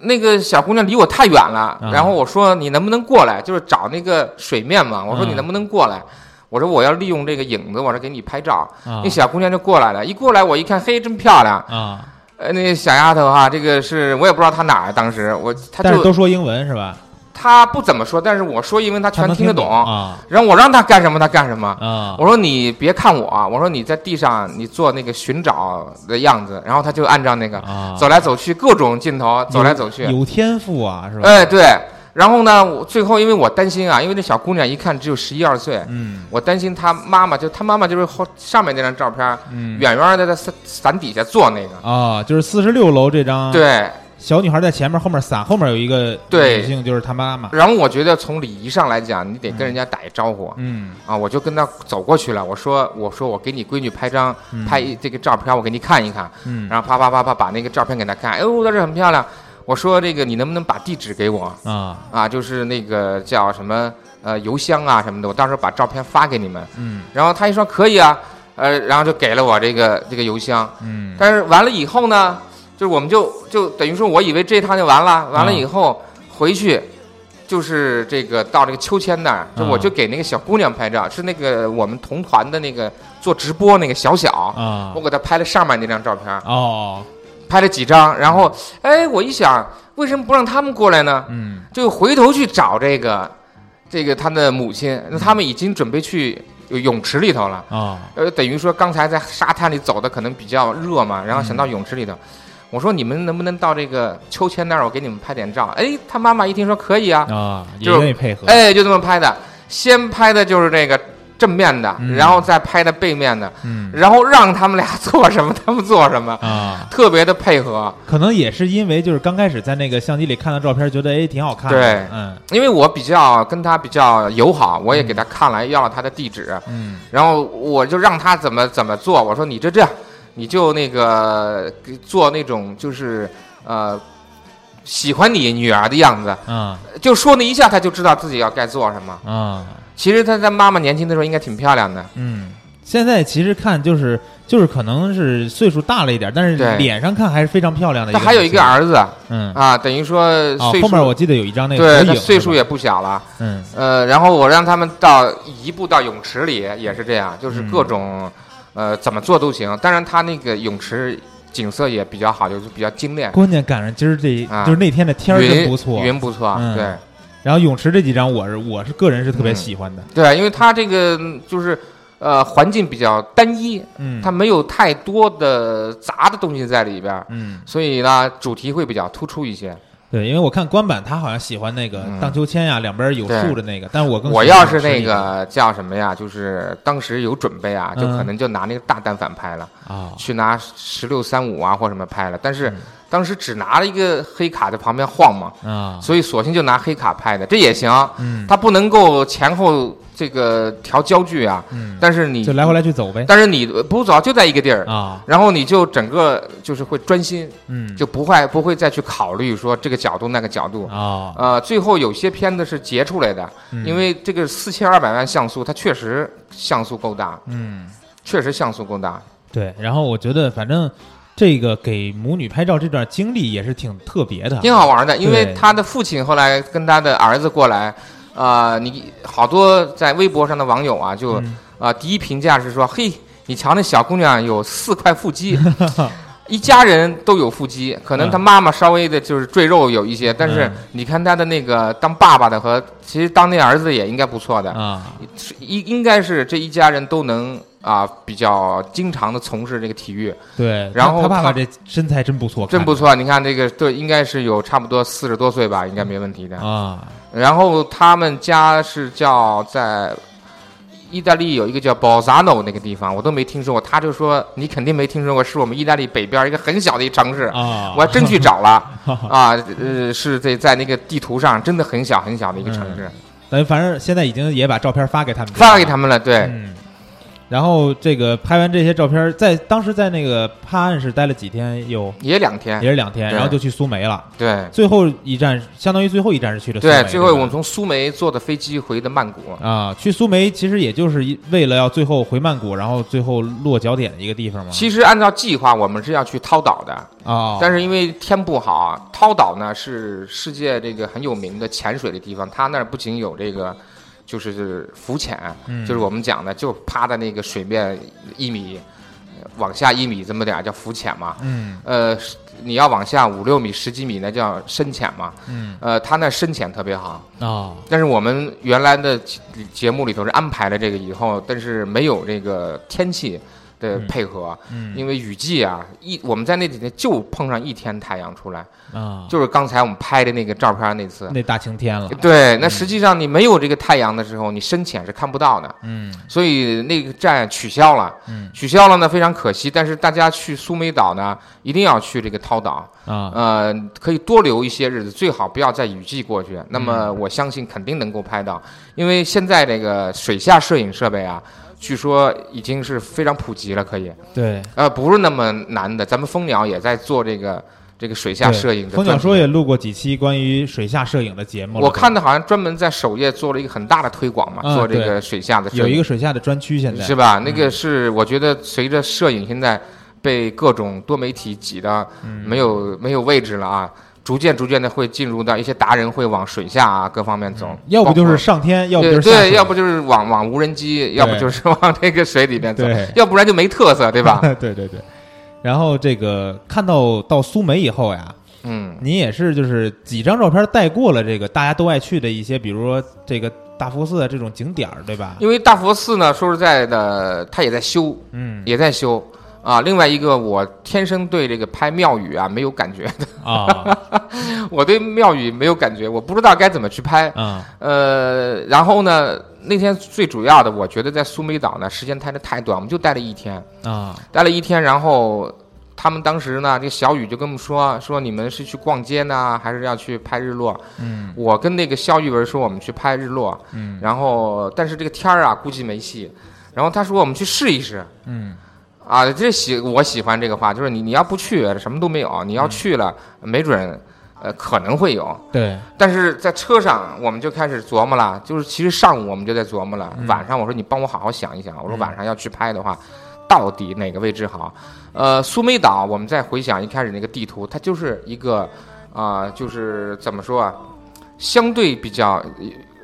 S5: 那个小姑娘离我太远了，
S3: 啊
S5: 然后我说你能不能过来，就是找那个水面嘛，我说
S3: 嗯
S5: 你能不能过来，我说我要利用这个影子，我说给你拍照，
S3: 啊
S5: 那小姑娘就过来了，一过来我一看，嘿，真漂亮，
S3: 啊，
S5: 呃，那小丫头哈、这个是我也不知道她哪儿，当时我她
S3: 但是
S5: 就
S3: 都说英文是吧？
S5: 他不怎么说，但是我说英文他
S3: 他
S5: 全
S3: 能
S5: 听得
S3: 懂
S5: 懂。
S3: 啊
S5: 然后我让他干什么，他干什么。
S3: 啊
S5: 我说你别看我啊，我说你在地上你做那个寻找的样子，然后他就按照那个
S3: 啊！
S5: 走来走去，各种镜头走来走去。
S3: 有天赋啊，是吧？
S5: 哎，对。然后呢，我最后因为我担心啊，因为那小姑娘一看只有十一二岁，
S3: 嗯
S5: 我担心她妈妈，就她妈妈就是后上面那张照片，
S3: 嗯
S5: 远远的在伞伞底下坐那个。
S3: 啊，就是四十六楼这张，，
S5: 对，
S3: 小女孩在前面，后面伞后面有一个
S5: 对
S3: 女性，就是她妈妈。
S5: 然后我觉得从礼仪上来讲，你得跟人家打一招呼。
S3: 嗯
S5: 啊，我就跟她走过去了。我说，我说，我给你闺女拍张
S3: 嗯
S5: 拍一这个照片，我给你看一看。
S3: 嗯
S5: 然后啪啪啪啪把那个照片给她看。哎呦，在这很漂亮。我说这个你能不能把地址给我？
S3: 啊
S5: 啊，就是那个叫什么呃邮箱啊什么的，我到时候把照片发给你们。
S3: 嗯
S5: 然后他一说可以啊，呃，然后就给了我这个这个邮箱。
S3: 嗯
S5: 但是完了以后呢，就是我们就就等于说，我以为这趟就完了，完了以
S3: 嗯
S5: 后、回去。就是这个到这个秋千那儿，就我
S3: 嗯
S5: 就给那个小姑娘拍照，是那个我们同团的那个做直播那个小小，
S3: 啊
S5: 我给她拍了上面那张照片，
S3: 哦
S5: 拍了几张，然后哎，我一想，为什么不让他们过来呢？
S3: 嗯
S5: 就回头去找这个这个他的母亲，那他们已经准备去泳池里头了。
S3: 啊
S5: 呃，等于说刚才在沙滩里走的可能比较热嘛，然后想到泳池里头，我说你们能不能到这个秋千那儿，我给你们拍点照。哎，他妈妈一听说可以啊，
S3: 啊，也
S5: 就是
S3: 愿意配合。
S5: 哎，就这么拍的，先拍的就是这个正面的，
S3: 嗯
S5: 然后再拍的背面的，
S3: 嗯
S5: 然后让他们俩做什么，他们做什么，
S3: 啊，
S5: 特别的配合。
S3: 可能也是因为就是刚开始在那个相机里看到照片，觉得哎挺好看的。
S5: 对
S3: 嗯
S5: 因为我比较跟他比较友好，我也给他看了，要了他的地址，
S3: 嗯
S5: 然后我就让他怎么怎么做，我说你就这样，你就那个给做那种就是呃喜欢你女儿的样子，
S3: 啊
S5: 就说那一下他就知道自己要该做什么。
S3: 啊
S5: 其实他在妈妈年轻的时候应该挺漂亮的，
S3: 嗯。现在其实看就是就是可能是岁数大了一点，但是
S5: 对
S3: 脸上看还是非常漂亮的。
S5: 他还有一个，儿子
S3: 嗯
S5: 啊，等于说
S3: 啊，
S5: 岁
S3: 后
S5: 数、
S3: 面我记得有一张那个合
S5: 对
S3: 影
S5: 他岁数
S3: 是吧
S5: 也不小了，
S3: 嗯
S5: 呃，然后我让他们到移步到泳池里也是这样，就是
S3: 嗯
S5: 各种、呃怎么做都行。当然，他那个泳池景色也比较好，就是比较精炼，
S3: 关键赶上今儿这、
S5: 啊
S3: 就是那天的天儿真
S5: 云
S3: 不错。
S5: 云不错，
S3: 嗯
S5: 对
S3: 然后泳池这几张我是我是个人是特别
S5: 嗯
S3: 喜欢的。
S5: 对，因为它这个嗯就是呃环境比较单一，
S3: 嗯，
S5: 它没有太多的杂的东西在里边儿，
S3: 嗯
S5: 所以呢主题会比较突出一些。
S3: 对，因为我看官版他好像喜欢那个
S5: 嗯
S3: 荡秋千呀、两边有树的那个，但是我更喜
S5: 我
S3: 欢
S5: 要是
S3: 泳池
S5: 那
S3: 里的
S5: 个叫什么呀，就是当时有准备啊，就
S3: 嗯
S5: 可能就拿那个大单反拍了。
S3: 啊
S5: 去拿十六三五啊或什么拍了，但是
S3: 嗯
S5: 当时只拿了一个黑卡在旁边晃嘛，
S3: 啊
S5: 所以索性就拿黑卡拍的，这也行。
S3: 嗯
S5: 它不能够前后这个调焦距啊，
S3: 嗯，
S5: 但是你
S3: 就来回来去走呗
S5: 但是你不走就在一个地儿，
S3: 啊
S5: 然后你就整个就是会专心，
S3: 嗯
S5: 就不会不会再去考虑说这个角度那个角度。
S3: 啊，
S5: 呃，最后有些片子是截出来的，
S3: 嗯
S5: 因为这个四千二百万像素，它确实像素够大，
S3: 嗯
S5: 确实像素够大。
S3: 对，然后我觉得反正这个给母女拍照这段经历也是挺特别的，
S5: 挺好玩的，因为
S3: 啊对
S5: 他的父亲后来跟他的儿子过来，啊，你好多在微博上的网友啊，就啊、
S3: 嗯
S5: 呃第一评价是说，嘿，你瞧那小姑娘有四块 腹肌，一家人都有腹肌，可能
S3: 嗯
S5: 他妈妈稍微的就是赘肉有一些，但是
S3: 嗯
S5: 你看他的那个当爸爸的和其实当那儿子也应该不错的，
S3: 啊
S5: 是应应该是这一家人都能。啊，比较经常的从事这个体育，
S3: 对，
S5: 然后
S3: 他爸爸
S5: 他
S3: 这身材真不错，
S5: 真不
S3: 错
S5: 错。你看这个，对，应该是有差不多四十多岁吧，应该没问题的。
S3: 啊
S5: 然后他们家是叫在意大利有一个叫 Bolzano 那个地方，我都没听说过。他就说你肯定没听说过，是我们意大利北边一个很小的一城市。
S3: 啊，
S5: 我还真 去找了啊，呃，是这在那个地图上真的很小很小的一个城
S3: 嗯
S5: 市，
S3: 咱反正现在已经也把照片发给他们，
S5: 发给他们了。对，
S3: 嗯，然后这个拍完这些照片儿，在当时在那个帕岸市待了几天，有
S5: 也两天
S3: 也，是两天，
S5: 哎对
S3: 然后就去苏梅了。
S5: 对
S3: 最后一站相当于最后一站是去了苏梅，
S5: 对。最后
S3: 吧
S5: 我们从苏梅坐的飞机回的曼谷，
S3: 啊去苏梅，其实也就是一为了要最后回曼谷，然后最后落脚点的一个地方嘛。
S5: 其实按照计划我们是要去涛岛的，
S3: 啊，
S5: 但
S3: 是
S5: 是因为天不好，涛岛呢是世界这个很有名的潜水的地方，它那儿不仅有这个。就是浮潜，
S3: 嗯
S5: 就是我们讲的，就趴在那个水面一米，呃往下一米这么点儿叫浮潜嘛。
S3: 嗯
S5: 呃，你要往下五六米、十几米，那叫深潜嘛。
S3: 嗯
S5: 呃，他那深潜特别好，
S3: 啊，
S5: 但是我们原来的节节目里头是安排了这个以后，但是没有这个天气的配合，
S3: 嗯
S5: 因为雨季啊，一我们在那几天就碰上一天太阳出来，
S3: 啊，
S5: 就是刚才我们拍的那个照片那次。
S3: 那嗯大晴天了，
S5: 对，那实际上你没有这个太阳的时候，你深潜是看不到的，
S3: 嗯
S5: 所以那个站取消了。
S3: 嗯
S5: 取消了呢，非常可惜。但是大家去苏梅岛呢，一定要去这个涛岛，
S3: 啊，嗯
S5: 呃，可以多留一些日子，最好不要在雨季过去。那么我相信肯定能够拍到，因为现在这个水下摄影设备啊，据说已经是非常普及了，可以，
S3: 对。
S5: 呃，不是那么难的。咱们蜂鸟也在做这个这个水下
S3: 对
S5: 摄影的。
S3: 蜂鸟说也，录过几期关于水下摄影的节目了，
S5: 我看到好像专门在首页做了一个很大的推广嘛，
S3: 嗯
S5: 做这
S3: 对
S5: 个水下的摄
S3: 有
S5: 影
S3: 一个水下的专区，现在嗯
S5: 是吧？那个是我觉得随着摄影现在被各种多媒体挤的
S3: 嗯
S5: 没有、没有位置了啊，逐渐逐渐的会进入到一些达人会往水下啊各方面走，
S3: 嗯要不就
S5: 包
S3: 是
S5: 括
S3: 上天，要不就
S5: 对
S3: 是下水
S5: 对，要不就是往往无人机，要不就是往这个水里面走
S3: 对，
S5: 要不然就没特色，对吧？
S3: 对对对。然后这个看到到苏梅以后呀，
S5: 嗯，
S3: 你也是就是几张照片带过了这个大家都爱去的一些，比如说这个大佛寺啊这种景点儿，对吧？
S5: 因为大佛寺呢，说实在的，它也在修，
S3: 嗯
S5: 也在修。啊，另外一个，我天生对这个拍庙宇啊没有感觉，
S3: 啊
S5: 我对庙宇没有感觉，我不知道该怎么去拍。
S3: 啊
S5: 呃，然后呢，那天最主要的，我觉得在苏梅岛呢，时间待的太短，我们就待了一天，
S3: 啊
S5: 待了一天，然后他们当时呢，这个小雨就跟我们说，说你们是去逛街呢，还是要去拍日落？
S3: 嗯
S5: 我跟那个肖玉文说，我们去拍日落，
S3: 嗯
S5: 然后但是这个天儿啊，估计没戏。然后他说我们去试一试
S3: 嗯
S5: 啊，这喜我喜欢这个话，就是你你要不去，什么都没有；你要去了，没准呃可能会有。
S3: 对
S5: 但是在车上我们就开始琢磨了，就是其实上午我们就在琢磨了，
S3: 嗯
S5: 晚上我说你帮我好好想一想，我说晚上要去拍的话，到底哪个位置好？呃，苏梅岛我们再回想一开始那个地图，它就是一个啊、就是怎么说啊，相对比较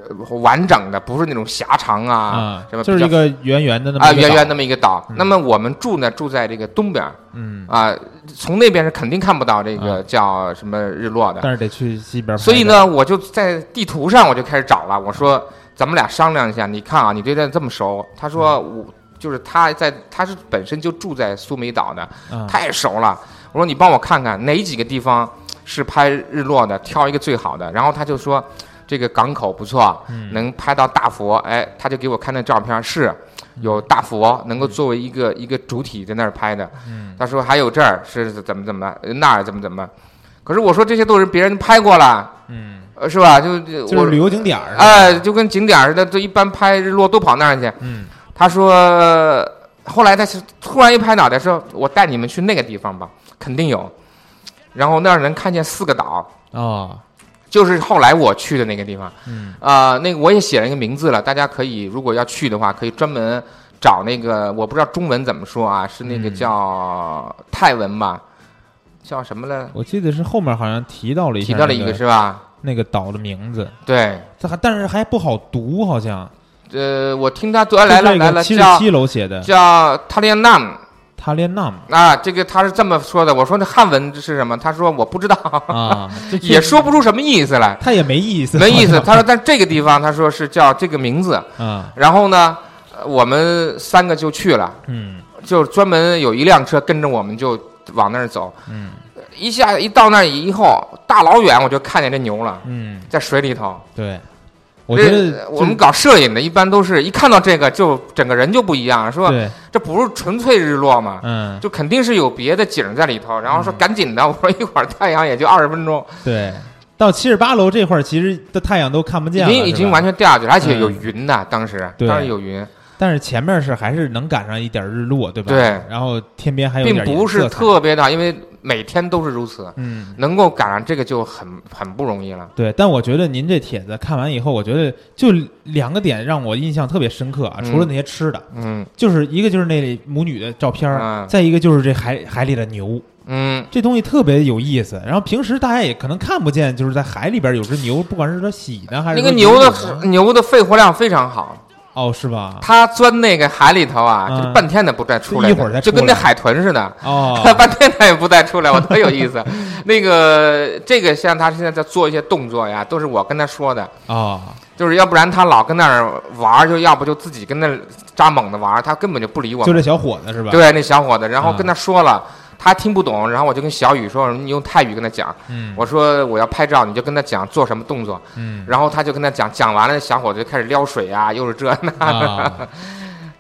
S5: 呃完整的，不是那种狭长啊，
S3: 啊
S5: 什么，比
S3: 就是
S5: 较
S3: 一个圆圆的那么
S5: 啊
S3: 一个
S5: 圆圆
S3: 岛
S5: 那么一个岛。那么我们住呢，住在这个东边儿
S3: 嗯，
S5: 啊、从那边是肯定看不到这个叫什么日落
S3: 啊
S5: 的。
S3: 但是得去西边。
S5: 所以，呢，我就在地图上我就开始找了。我说，咱们俩商量一下，你看啊，你对这这么熟。他说我就是他在，他是本身就住在苏梅岛的，
S3: 啊
S5: 太熟了。我说你帮我看看哪几个地方是拍日落的，挑一个最好的。然后他就说，这个港口不错，能拍到大佛。哎，他就给我看那照片，是有大佛，能够作为一个一个主体在那儿拍的。
S3: 嗯
S5: 他说还有这儿是怎么怎么呃那儿怎么怎么。可是我说这些都是别人拍过了，
S3: 嗯，
S5: 呃是吧？就就
S3: 就是
S5: 我
S3: 旅游景点儿。
S5: 哎、就跟景点儿似的，都一般拍日落都跑那儿去。
S3: 嗯
S5: 他说，后来他是突然一拍脑袋说：“我带你们去那个地方吧，肯定有。”然后那儿能看见四个岛，
S3: 哦
S5: 就是后来我去的那个地方。
S3: 嗯
S5: 啊，那个我也写了一个名字了，大家可以如果要去的话，可以专门找那个我不知道中文怎么说啊，是那个
S3: 嗯
S5: 叫泰文吧，叫什么了？
S3: 我记得是后面好像提到了一下、
S5: 提
S3: 那
S5: 到了一个是吧？
S3: 那个岛的名字，
S5: 对，
S3: 它还但是还不好读，好像
S5: 呃，我听他来来了来了，
S3: 七十
S5: 叫
S3: 七楼写的
S5: 叫塔列纳姆
S3: 塔列纳姆
S5: 啊，这个他是这么说的。我说那汉文是什么？他说我不知道，
S3: 啊，这
S5: 也说不出什么意思来，
S3: 他也没意思，
S5: 没意 思。
S3: 好像
S5: 他说但这个地方他说是叫这个名字，
S3: 啊
S5: 然后呢，呃我们三个就去了，
S3: 嗯
S5: 就是专门有一辆车跟着我们就往那儿走，
S3: 嗯
S5: 一下一到那儿以后，大老远我就看见这牛了，
S3: 嗯，
S5: 在水里头。
S3: 对，我觉
S5: 这
S3: 得
S5: 我们搞摄影的，一般都是一看到这个就整个人就不一样，说
S3: 对
S5: 这不是纯粹日落吗？
S3: 嗯
S5: 就肯定是有别的景儿在里头。然后说
S3: 嗯
S5: 赶紧的，我说一会儿太阳也就二十分钟，
S3: 对，到七十八楼这块儿其实的太阳都看不
S5: 已
S3: 见了，
S5: 经已
S3: 是
S5: 经
S3: 吧嗯
S5: 完，全掉下去了，而且有云呐，当时
S3: 对
S5: 当时有云，
S3: 但是前面是还是能赶上一点日落，对吧？
S5: 对
S3: 然后天边还有一
S5: 并
S3: 点
S5: 不是
S3: 颜色
S5: 特别的，因为每天都是如此，
S3: 嗯。
S5: 能够赶上这个就很很不容易了。
S3: 对，但我觉得您这帖子看完以后，我觉得就两个点让我印象特别深刻啊，
S5: 嗯
S3: 除了那些吃的，
S5: 嗯
S3: 就是一个就是那母女的照片儿，
S5: 嗯
S3: 再一个就是这海海里的牛，
S5: 嗯，
S3: 这东西特别有意思。然后平时大家也可能看不见，就是在海里边有只牛，不管是它洗呢还是说
S5: 那个
S3: 啊
S5: 牛
S3: 游泳
S5: 的牛的肺活量非常好，
S3: 哦，是 吧？
S5: 他钻那个海里头啊，
S3: 嗯
S5: 就半天他不再出来
S3: 一
S5: 的，
S3: 会儿才
S5: 就
S3: 出
S5: 跟那
S3: 来
S5: 海豚似的，
S3: 哦，
S5: 他半天他也不再出来，我多有 意思。那个这个像他现在在做一些动作呀，都是我跟他说的，
S3: 哦，
S5: 就是要不然他老跟那儿玩儿，就要不就自己跟那儿扎猛的玩儿，他根本就不理我
S3: 就
S5: 们。
S3: 这小伙子是吧？，
S5: 对，那小伙子，然后
S3: 啊
S5: 跟他说了。他听不懂，然后我就跟小雨说：“你用泰语跟他讲，
S3: 嗯
S5: 我说我要拍照，你就跟他讲做什么动作。”
S3: 嗯
S5: 然后他就跟他讲，讲完了，小伙子就开始撩水啊，又是这那的，
S3: 啊，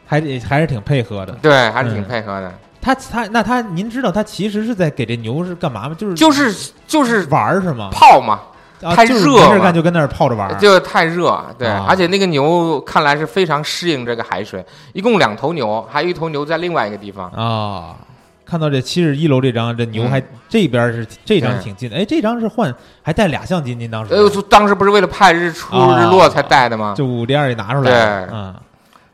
S3: 还得还是挺配合的。
S5: 对，还是挺
S3: 嗯
S5: 配合的。
S3: 他他那他，您知道他其实是在给这牛是干嘛吗？就是
S5: 就是就是
S3: 玩儿是吗？
S5: 泡嘛，
S3: 啊，
S5: 太
S3: 就是
S5: 热
S3: 没事
S5: 了
S3: 干就跟那儿泡着玩儿。
S5: 就太热，对，
S3: 啊
S5: 而且那个牛看来是非常适应这个海水，一共两头牛，还有一头牛在另外一个地方。
S3: 啊。看到这七十一楼这张，这牛
S5: 嗯
S3: 还、这边是这张
S5: 对
S3: 挺近的，哎，这张是换还带俩相机，您当时
S5: 呃，就当时不是为了拍日出
S3: 哦
S5: 日落才带的吗？
S3: 就五零二一拿出来了，
S5: 对
S3: 嗯，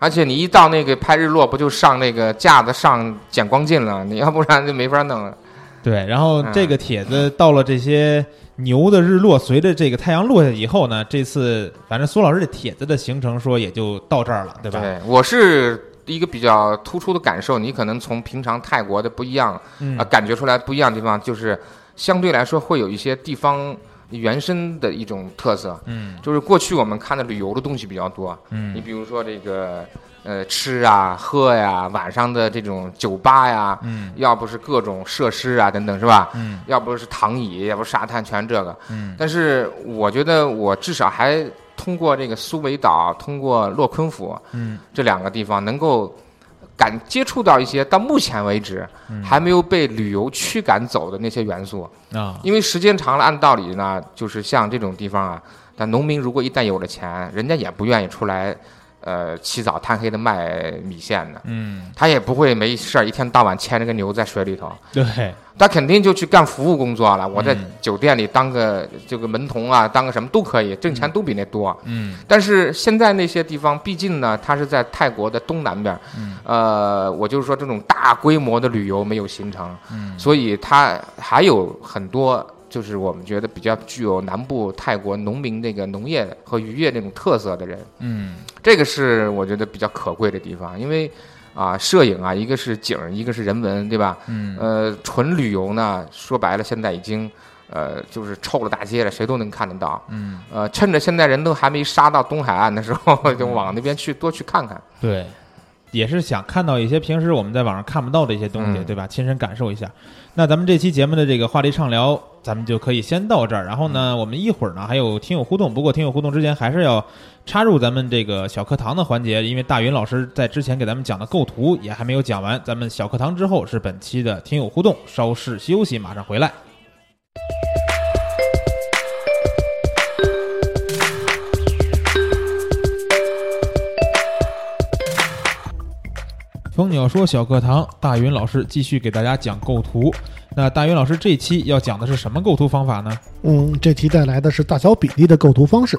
S5: 而且你一到那个拍日落，不就上那个架子上减光镜了？你要不然就没法弄了。
S3: 对。然后
S5: 嗯
S3: 这个帖子到了这些牛的日落，随着这个太阳落下以后呢，这次反正苏老师这帖子的行程说也就到这儿了，对吧？
S5: 对，我是一个比较突出的感受，你可能从平常泰国的不一样啊、
S3: 嗯
S5: 呃感觉出来不一样的地方，就是相对来说会有一些地方原生的一种特色。
S3: 嗯
S5: 就是过去我们看的旅游的东西比较多，你
S3: 嗯
S5: 比如说这个呃吃啊、喝呀、晚上的这种酒吧呀、
S3: 嗯
S5: 要不是各种设施啊等等是吧？
S3: 嗯
S5: 要不是躺椅，要不是沙滩，全这个。
S3: 嗯
S5: 但是我觉得我至少还通过这个苏梅岛，通过洛坤府
S3: 嗯
S5: 这两个地方，能够敢接触到一些到目前为止
S3: 嗯
S5: 还没有被旅游驱赶走的那些元素。
S3: 啊
S5: 因为时间长了，按道理呢，就是像这种地方啊，但农民如果一旦有了钱，人家也不愿意出来，呃，起早贪黑的卖米线的，
S3: 嗯
S5: 他也不会没事儿一天到晚牵着个牛在水里头，
S3: 对
S5: 他肯定就去干服务工作了。我在
S3: 嗯
S5: 酒店里当个这个门童啊，当个什么都可以，挣钱都比那多。
S3: 嗯
S5: 但是现在那些地方，毕竟呢，它是在泰国的东南边儿，
S3: 嗯
S5: 呃，我就是说这种大规模的旅游没有形成，
S3: 嗯
S5: 所以它还有很多就是我们觉得比较具有南部泰国农民那个农业和渔业那种特色的人，
S3: 嗯
S5: 这个是我觉得比较可贵的地方，因为啊、摄影啊，一个是景儿，一个是人文，对吧？
S3: 嗯
S5: 呃，纯旅游呢，说白了，现在已经呃，就是臭了大街了，谁都能看得到。
S3: 嗯
S5: 呃，趁着现在人都还没杀到东海岸的 时候，就往那边去多去看看。
S3: 对，也是想看到一些平时我们在网上看不到的一些东西，
S5: 嗯
S3: 对吧？亲身感受一下。那咱们这期节目的这个话题畅聊，咱们就可以先到这儿。然后呢，我们一会儿呢还有听友互动，不过听友互动之前还是要插入咱们这个小课堂的环节，因为大云老师在之前给咱们讲的构图也还没有讲完。咱们小课堂之后是本期的听友互动，稍事休息，马上回来。蜂鸟说小课堂，大云老师继续给大家讲构图。那大云老师这期要讲的是什么构图方法呢？
S6: 嗯，这期带来的是大小比例的构图方式。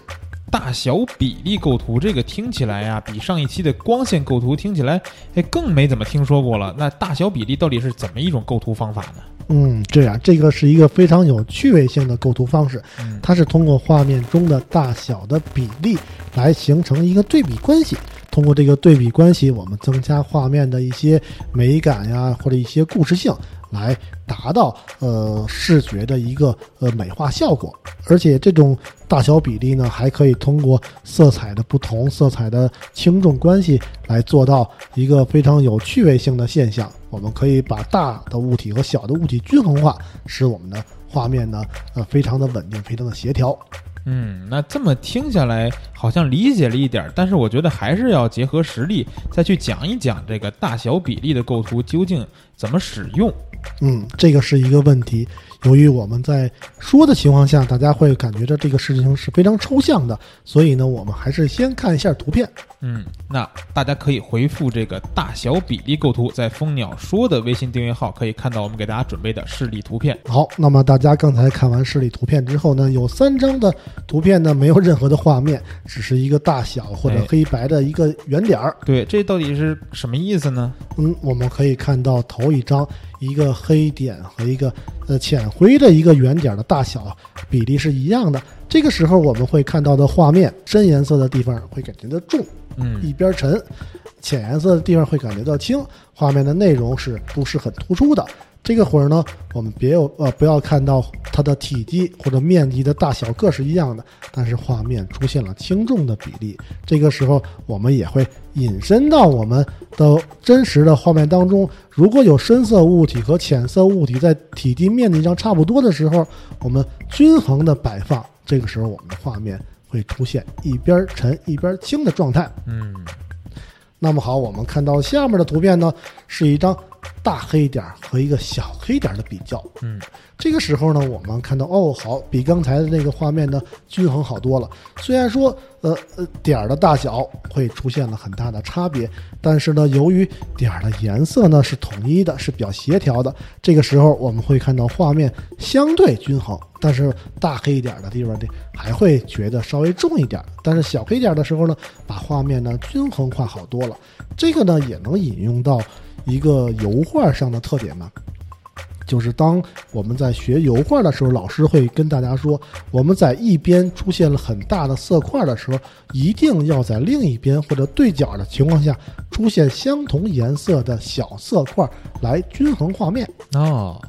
S3: 大小比例构图这个听起来呀、比上一期的光线构图听起来，哎，更没怎么听说过了。那大小比例到底是怎么一种构图方法呢？
S6: 嗯，这样这个是一个非常有趣味性的构图方式，
S3: 嗯
S6: 它是通过画面中的大小的比例来形成一个对比关系。通过这个对比关系，我们增加画面的一些美感呀，或者一些故事性，来达到呃视觉的一个呃美化效果。而且这种大小比例呢，还可以通过色彩的不同、色彩的轻重关系来做到一个非常有趣味性的现象。我们可以把大的物体和小的物体均衡化，使我们的画面呢，呃，非常的稳定，非常的协调。
S3: 嗯，那这么听下来好像理解了一点儿，但是我觉得还是要结合实例再去讲一讲这个大小比例的构图究竟怎么使用。
S6: 嗯，这个是一个问题。由于我们在说的情况下，大家会感觉到这个事情是非常抽象的，所以呢，我们还是先看一下图片。
S3: 嗯，那大家可以回复这个大小比例构图，在蜂鸟说的微信订阅号可以看到我们给大家准备的示例图片。
S6: 好，那么大家刚才看完示例图片之后呢，有三张的图片呢没有任何的画面，只是一个大小或者
S3: 哎
S6: 黑白的一个圆点儿。
S3: 对，这到底是什么意思呢？
S6: 嗯，我们可以看到头一张一个黑点和一个呃浅灰的一个圆点的大小比例是一样的。这个时候我们会看到的画面，深颜色的地方会感觉到重，
S3: 嗯
S6: 一边沉，浅颜色的地方会感觉到轻，画面的内容是不是很突出的。这个会儿呢，我们别有呃不要看到它的体积或者面积的大小个是一样的，但是画面出现了轻重的比例。这个时候我们也会引申到我们的真实的画面当中，如果有深色物体和浅色物体在体积面积上差不多的时候，我们均衡的摆放，这个时候我们的画面会出现一边沉一边轻的状态。
S3: 嗯
S6: 那么好，我们看到下面的图片呢，是一张大黑点儿和一个小黑点儿的比较。
S3: 嗯
S6: 这个时候呢，我们看到哦，好，比刚才的那个画面呢均衡好多了。虽然说呃呃点儿的大小会出现了很大的差别，但是呢，由于点儿的颜色呢是统一的，是比较协调的，这个时候我们会看到画面相对均衡。但是大黑一点儿的地方呢，还会觉得稍微重一点儿；但是小黑点儿的时候呢，把画面呢均衡化好多了。这个呢也能引用到一个油画上的特点吧。就是当我们在学油画的时候，老师会跟大家说，我们在一边出现了很大的色块的时候，一定要在另一边或者对角的情况下出现相同颜色的小色块来均衡画面。
S3: 哦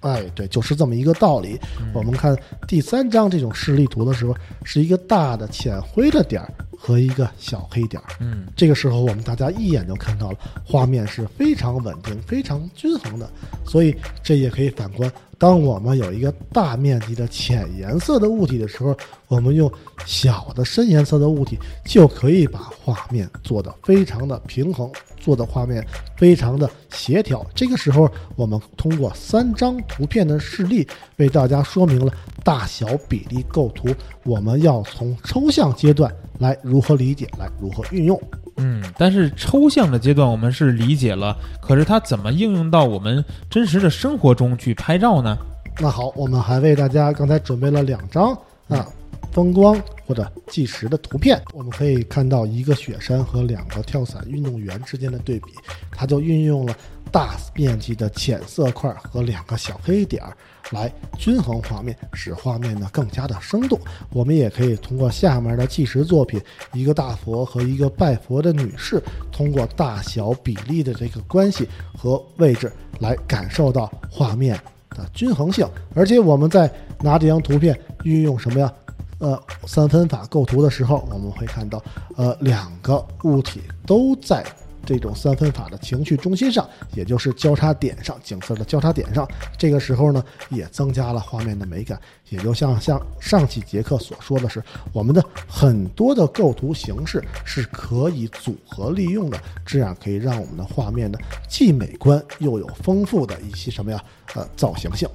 S6: 哎，对，就是这么一个道理。我们看第三张这种示例图的时候，是一个大的浅灰的点儿和一个小黑点儿。
S3: 嗯
S6: 这个时候，我们大家一眼就看到了，画面是非常稳定、非常均衡的。所以，这也可以反观，当我们有一个大面积的浅颜色的物体的时候，我们用小的深颜色的物体就可以把画面做得非常的平衡，做的画面非常的协调。这个时候，我们通过三张图片的示例，为大家说明了大小比例构图，我们要从抽象阶段来如何理解，来如何运用。
S3: 嗯，但是抽象的阶段我们是理解了，可是它怎么应用到我们真实的生活中去拍照呢？
S6: 那好，我们还为大家刚才准备了两张啊风光或者计时的图片，我们可以看到一个雪山和两个跳伞运动员之间的对比，它就运用了大面积的浅色块和两个小黑点儿来均衡画面，使画面呢更加的生动。我们也可以通过下面的纪实作品，一个大佛和一个拜佛的女士，通过大小比例的这个关系和位置来感受到画面的啊均衡性。而且我们在拿这张图片运用什么呀？呃，三分法构图的时候，我们会看到，呃，两个物体都在这种三分法的情绪中心上，也就是交叉点上，景色的交叉点上。这个时候呢，也增加了画面的美感。也就像像上期节课所说的是，我们的很多的构图形式是可以组合利用的，这样可以让我们的画面呢既美观又有丰富的一些什么呀，呃，造型性。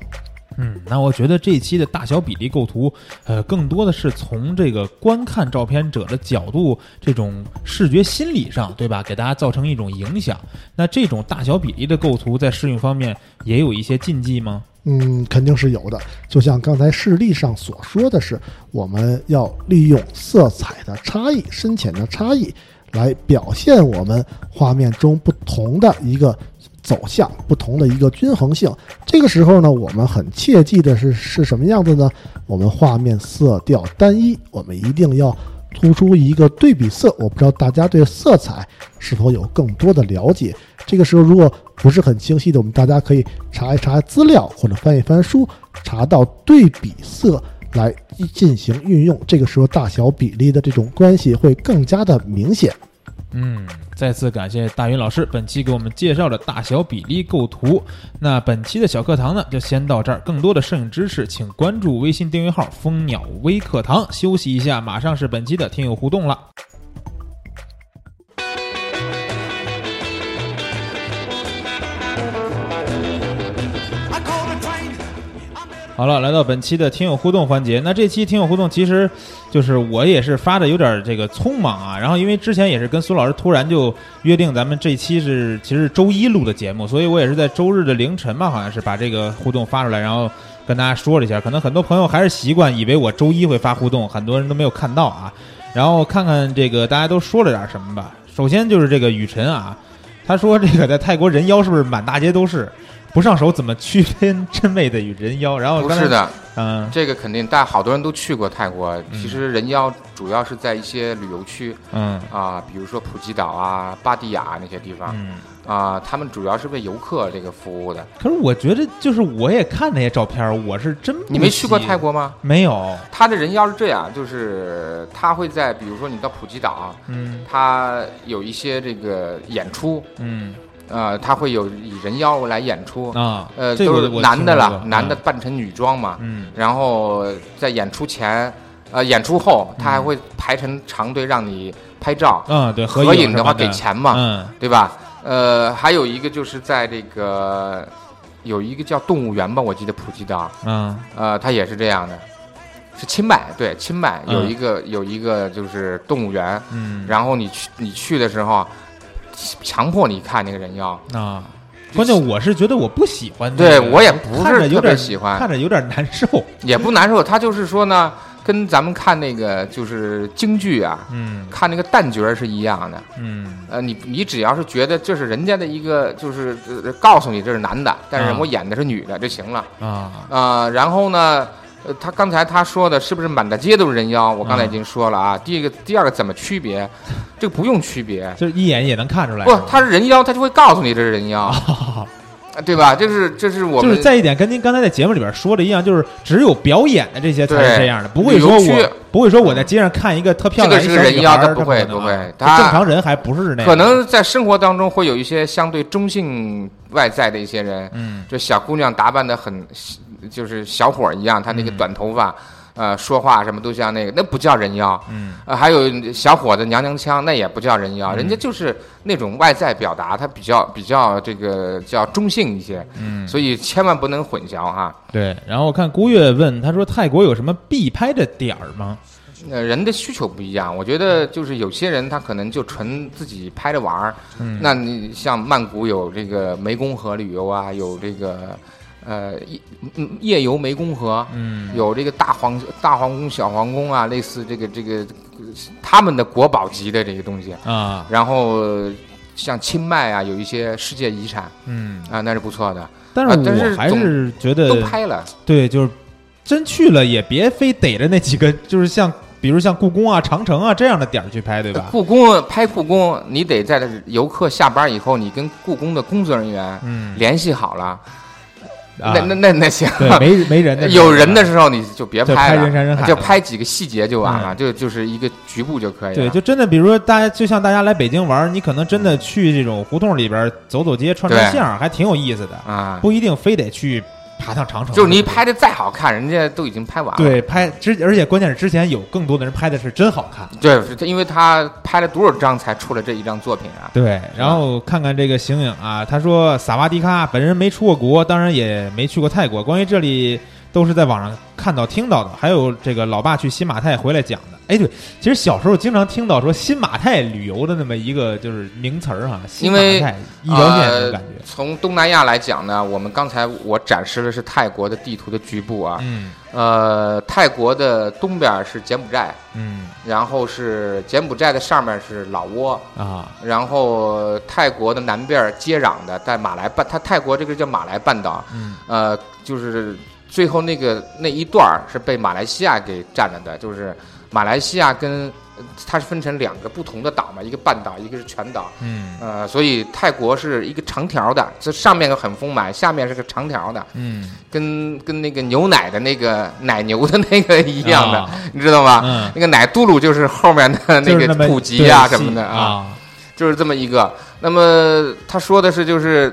S3: 嗯，那我觉得这一期的大小比例构图，呃，更多的是从这个观看照片者的角度，这种视觉心理上，对吧？给大家造成一种影响。那这种大小比例的构图在适用方面也有一些禁忌吗？
S6: 嗯，肯定是有的。就像刚才示例上所说的是，我们要利用色彩的差异、深浅的差异，来表现我们画面中不同的一个走向、不同的一个均衡性。这个时候呢，我们很切记的是是什么样子呢？我们画面色调单一，我们一定要突出一个对比色。我不知道大家对色彩是否有更多的了解。这个时候如果不是很清晰的，我们大家可以查一查资料或者翻一翻书，查到对比色来进行运用。这个时候大小比例的这种关系会更加的明显。
S3: 嗯，再次感谢大云老师本期给我们介绍的大小比例构图。那本期的小课堂呢，就先到这儿。更多的摄影知识，请关注微信订阅号“蜂鸟微课堂”。休息一下，马上是本期的听友互动了。
S4: I caught a train. I met
S3: 好了，来到本期的听友互动环节。那这期听友互动其实就是我也是发的有点这个匆忙啊，然后因为之前也是跟苏老师突然就约定咱们这期是其实是周一录的节目，所以我也是在周日的凌晨吧，好像是把这个互动发出来，然后跟大家说了一下。可能很多朋友还是习惯以为我周一会发互动，很多人都没有看到啊。然后看看这个大家都说了点什么吧。首先就是这个雨辰啊，他说这个在泰国人妖是不是满大街都是？不上手怎么区分真妹子与人妖？然后
S5: 不
S3: 哦刚才
S5: 是，的，
S3: 嗯
S5: 这个肯定，但好多人都去过泰国。其实人妖主要是在一些旅游区
S3: 嗯
S5: 啊、比如说普吉岛啊、芭堤雅啊那些地方
S3: 嗯。
S5: 啊、他们主要是为游客这个服务的。
S3: 可是我觉得，就是我也看那些照片儿，我是真
S5: 你没去过泰？国吗？
S3: 没有，
S5: 他的人妖是这样，就是他会在，比如说你到普吉岛啊，
S3: 嗯
S5: 他有一些这个演出，
S3: 嗯
S5: 呃，他会有以人妖来演出，
S3: 啊，
S5: 呃，
S3: 这个
S5: 都
S3: 我
S5: 是
S3: 我
S5: 男
S3: 听
S5: 的
S3: 说
S5: 了，
S3: 过啊
S5: 男的，扮成女装嘛，
S3: 嗯
S5: 然后在演出前，呃，演出后他还会排成长队让你拍照，
S3: 嗯啊，对，合
S5: 合
S3: 影
S5: 影
S3: 什
S5: 的
S3: 么
S5: 话
S3: 的
S5: 给钱嘛，
S3: 嗯
S5: 对吧？呃，还有一个就是在这个有一个叫动物园吧，我记得普吉岛，
S3: 嗯
S5: 呃，它也是这样的，是清迈，对，清迈有
S3: 嗯
S5: 一个、有一个就是动物园，
S3: 嗯，
S5: 然后你去你去的时候，强迫你看那个人妖，
S3: 啊，关键我是觉得我不喜欢那
S5: 对
S3: 个，
S5: 我也不
S3: 嗯看着
S5: 是
S3: 有
S5: 特别
S3: 点
S5: 喜欢
S3: 看，着有点难受，
S5: 也不难受。他就是说呢，跟咱们看那个就是京剧啊，
S3: 嗯
S5: 看那个旦角儿是一样的。
S3: 嗯
S5: 呃，你你只要是觉得这是人家的一个，就是、呃告诉你这是男的，但是
S3: 啊
S5: 我演的是女的就行了。
S3: 啊，
S5: 啊，然后呢，呃，他刚才他说的是不是满大街都是人妖？我刚才已
S3: 嗯
S5: 经说了啊。第一个，第二个怎么 区别？这个不用区别，
S3: 就是一眼也能看出来，
S5: 不
S3: 是吧，
S5: 他是人妖，他就会告诉你这是人妖，
S3: 啊，
S5: 对吧？这是这是我
S3: 就
S5: 们
S3: 是在一点跟您刚才在节目里边说的一样，就是只有表演的这些才是
S5: 对
S3: 这样的，不会
S5: 旅游
S3: 说
S5: 区
S3: 我不会说我在街上看一个特漂亮
S5: 这
S3: 一
S5: 个
S3: 小
S5: 是人
S3: 女
S5: 妖
S3: 孩儿
S5: 他
S3: 这
S5: 不
S3: 么
S5: 会
S3: 可能
S5: 不会
S3: 啊
S5: 他
S3: 正常人还不是那样，
S5: 可能在生活当中会有一些相对中性外在的一些人，
S3: 嗯
S5: 这小姑娘打扮的很就是小伙儿一样，她那个
S3: 嗯
S5: 短头发，呃，说话什么都像那个，那不叫人妖。
S3: 嗯
S5: 呃，还有小伙子娘娘腔，那也不叫人妖，人家就是那种外在表达，他比较比较这个叫中性一些，
S3: 嗯，
S5: 所以千万不能混淆啊哈。
S3: 对。然后我看孤月问他说泰国有什么必拍的点儿吗？
S5: 呃，人的需求不一样，我觉得就是有些人他可能就纯自己拍着玩儿。
S3: 嗯
S5: 那你像曼谷有这个湄公河旅游啊，有这个呃夜嗯夜游湄公河，
S3: 嗯
S5: 有这个大皇大皇宫、小皇宫啊，类似这个这个他们的国宝级的这个东西。
S3: 啊
S5: 然后呃像清迈啊，有一些世界遗产
S3: 嗯，
S5: 啊，那是不错的，
S3: 但
S5: 啊但
S3: 是
S5: 是
S3: 我还
S5: 总
S3: 是觉得
S5: 都拍了。
S3: 对，就是真去了也别非逮着那几个，就是像比如像故宫啊、长城啊这样的点儿去拍，对 吧？
S5: 故宫拍故宫，你得在游客下班以后，你跟故宫的工作人员
S3: 嗯，
S5: 联系好了，
S3: 啊
S5: 那那那那行。
S3: 对没没人的时候
S5: 有人的时候你就别
S3: 就
S5: 拍
S3: 拍
S5: 了，
S3: 人山人海
S5: 就
S3: 了嗯
S5: 拍几个细节就完了，就就是一个局部就可以了。
S3: 对，就真的，比如说大家，就像大家来北京玩儿，你可能真的去这种胡同里边儿走走街、串串
S5: 对
S3: 巷儿，还挺有意思的，
S5: 啊，
S3: 不一定非得去爬趟长城。
S5: 就是你拍的再好看，人家都已经拍完了。
S3: 对拍之，而且关键是之前有更多的人拍的是真好看。
S5: 对，他因为他拍了多少张才出了这一张作品啊？
S3: 对，然后看看这个邢影啊，他说萨瓦迪卡，本人没出过国，当然也没去过泰国。关于这里都是在网上看到、听到的，还有这个老爸去新马泰回来讲的。哎，对，其实小时候经常听到说新马泰旅游的那么一个就是名词儿哈，新马
S5: 为
S3: 泰一条线的感觉
S5: 呃。从东南亚来讲呢，我们刚才我展示的是泰国的地图的局部啊，
S3: 嗯
S5: 呃，泰国的东边是柬埔寨，
S3: 嗯
S5: 然后是柬埔寨的上面是老挝，
S3: 啊
S5: 然后泰国的南边接壤的在马来半，它泰国这个叫马来半岛，
S3: 嗯
S5: 呃，就是最后那个那一段儿是被马来西亚给占了的，就是马来西亚跟呃它是分成两个不同的岛嘛，一个半岛，一个是全岛。
S3: 嗯
S5: 呃，所以泰国是一个长条的，这上面很丰满，下面是个长条的，
S3: 嗯
S5: 跟跟那个牛奶的那个奶牛的那个一样的，
S3: 啊
S5: 你知道吗？
S3: 嗯，
S5: 那个奶嘟噜就是后面的
S3: 就是
S5: 个
S3: 那么
S5: 普及啊
S3: 对
S5: 什么的
S3: 细
S5: 啊，
S3: 啊，
S5: 就是这么一个。那么他说的是就是，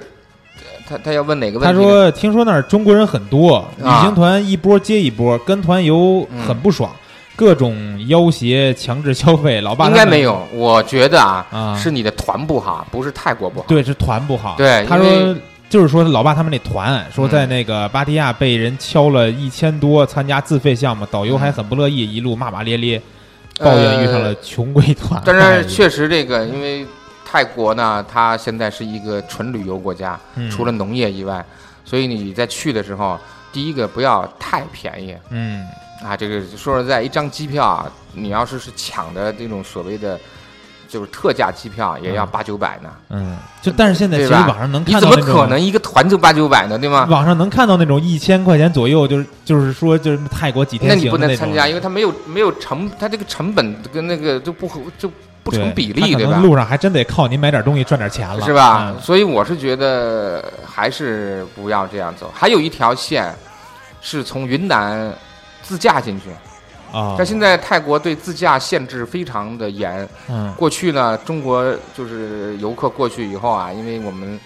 S5: 呃他他要问哪个问
S3: 他
S5: 题呢？
S3: 说：“听说那儿中国人很多，旅
S5: 啊
S3: 行团一波接一波，跟团游很不爽，各种要挟、强制消费。老爸
S5: 应
S3: 他
S5: 该
S3: 们
S5: 没有，我觉得啊，
S3: 啊
S5: 是你的团不好，不是泰国不好。
S3: 对，是团不好。
S5: 对
S3: 他
S5: 因为
S3: 说就是说老爸他们那团说
S5: 嗯
S3: 在那个芭提雅被人敲了一千多，参加自费项目，导游还很不乐意，一路骂骂咧咧，抱怨遇上了穷鬼团。
S5: 但是呃确实这个，因为泰国呢，它现在是一个纯旅游国家，
S3: 嗯
S5: 除了农业以外，所以你在去的时候，第一个不要太便宜
S3: 嗯
S5: 啊。这个说实在，一张机票啊，你要是是抢的这种所谓的就是特价机票也要
S3: 嗯
S5: 八九百呢，
S3: 嗯，就但是现在其
S5: 对
S3: 实
S5: 吧
S3: 网上能
S5: 你
S3: 看
S5: 怎
S3: 到
S5: 么
S3: 那种，
S5: 可能一啊个团就八九百呢，对吗？
S3: 网上能看到那种一千块钱左右，就是就是说就是泰国几
S5: 那
S3: 天
S5: 你
S3: 行
S5: 不
S3: 的
S5: 能
S3: 种啊
S5: 参加，因为它没有没有成，它这个成本跟那个就不合就不
S3: 对
S5: 成比
S3: 他
S5: 例，
S3: 可
S5: 对
S3: 能
S5: 吧？
S3: 路上还真得靠您买点东西赚点钱了，
S5: 是吧？
S3: 嗯
S5: 所以我是觉得还是不要这样走。还有一条线是从云南自驾进去，
S3: 啊，
S5: 但现在泰国对自驾限制非常的严。
S3: 嗯
S5: 过去呢，中国就是游客过去以后啊，因为我们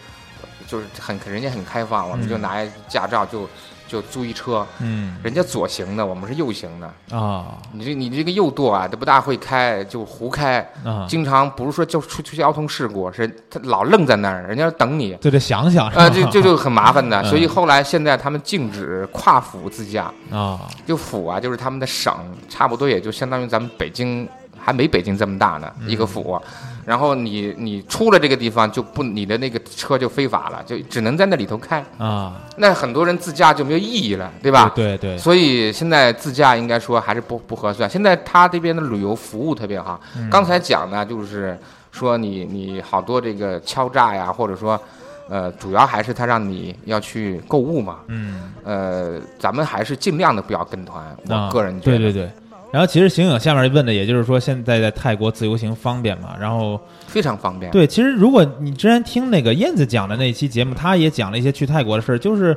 S5: 就是很人家很开放，我们
S3: 嗯
S5: 就拿驾照就就租一车，
S3: 嗯
S5: 人家左行的，我们是右行的。
S3: 啊
S5: 你这你这个右舵啊，都不大会开，就胡开，
S3: 啊，
S5: 经常不是说就出出交通事故，是他老愣在那儿，人家 等你，
S3: 就得想想
S5: 啊，这这就很麻烦的。
S3: 嗯
S5: 所以后来现在他们禁止跨府自驾，
S3: 啊
S5: 就府啊，就是他们的省，差不多也就相当于咱们北京还没北京这么大呢，
S3: 嗯
S5: 一个府。然后你你出了这个地方就不你的那个车就非法了，就只能在那里头开。
S3: 啊，
S5: 那很多人自驾就没有意义了，对吧？
S3: 对对对，
S5: 所以现在自驾应该说还是不不合算。现在他这边的旅游服务特别好，
S3: 嗯
S5: 刚才讲呢，就是说你你好多这个敲诈呀，或者说，呃，主要还是他让你要去购物嘛。
S3: 嗯，
S5: 呃，咱们还是尽量的不要跟团，
S3: 啊
S5: 我个人觉
S3: 对
S5: 得
S3: 对对。然后其实刑警下面问的，也就是说现在在泰国自由行方便嘛？然后
S5: 非常方便。
S3: 对，其实如果你之前听那个燕子讲的那一期节目，她也讲了一些去泰国的事儿，就是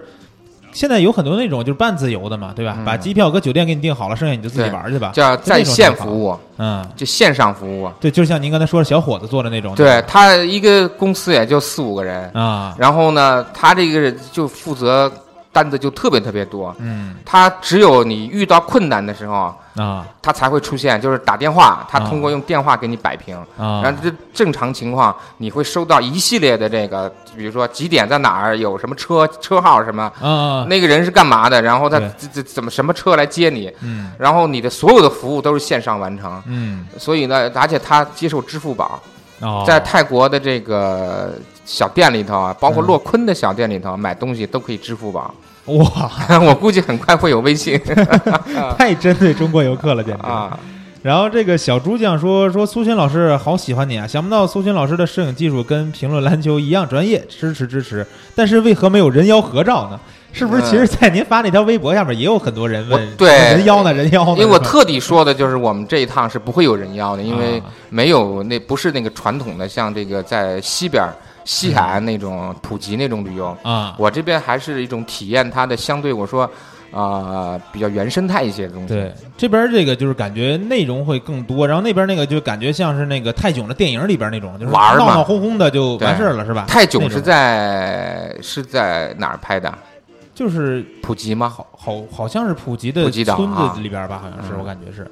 S3: 现在有很多那种就是半自由的嘛，对吧？
S5: 嗯
S3: 把机票和酒店给你订好了，剩下你就自己玩儿去吧。
S5: 叫
S3: 就那
S5: 在
S3: 种
S5: 线
S3: 挺好哦
S5: 服务，
S3: 嗯，
S5: 就线上服务。
S3: 对，就像您刚才说的小伙子做的那种。
S5: 对他一个公司也就四五个人，
S3: 啊，
S5: 然后呢，他这个就负责单子就特别特别多。
S3: 嗯
S5: 他只有你遇到困难的时候，
S3: 啊
S5: 他才会出现，就是打电话，他
S3: 啊
S5: 通过用电话给你摆平。
S3: 啊，
S5: 然后这正常情况，你会收到一系列的这个，比如说几点在哪儿，有什么车车号什么，
S3: 啊
S5: 那个人是干嘛的，然后他
S3: 对
S5: 这这怎么什么车来接你，
S3: 嗯
S5: 然后你的所有的服务都是线上完成。
S3: 嗯
S5: 所以呢，而且他接受支付宝，
S3: 哦，
S5: 在泰国的这个小店里头啊，包括
S3: 嗯
S5: 洛坤的小店里头买东西都可以支付宝。
S3: 哇，
S5: 我估计很快会有微信
S3: 太针对中国游客了，简直。
S5: 啊。
S3: 然后这个小猪酱说说苏军老师好喜欢你啊，想不到苏军老师的摄影技术跟评论篮球一样专业，支持支持。但是为何没有人妖合照呢？是不是
S5: 嗯
S3: 其实，在您发那条微博下面也有很多人问
S5: 我对
S3: 人妖呢？人妖呢？
S5: 因为我特地说的就是我们这一趟是不会有人妖的，因为
S3: 啊
S5: 没有那不是那个传统的像这个在西边儿西海岸那种普及那种旅游，
S3: 啊，
S5: 我这边还是一种体验它的相对我说啊、比较原生态一些的东西。
S3: 对，这边这个就是感觉内容会更多，然后那边那个就感觉像是那个泰囧的电影里边那种，就是
S5: 玩儿
S3: 闹
S5: 嘛
S3: 闹哄哄的就完
S5: 对
S3: 事儿了，是吧？
S5: 泰囧
S3: 那种
S5: 是在是在哪儿拍的？
S3: 就是
S5: 普吉吗？好，
S3: 好好像是普吉的
S5: 普
S3: 村
S5: 吉岛啊
S3: 子里边吧，好像是
S5: 嗯
S3: 我感觉是。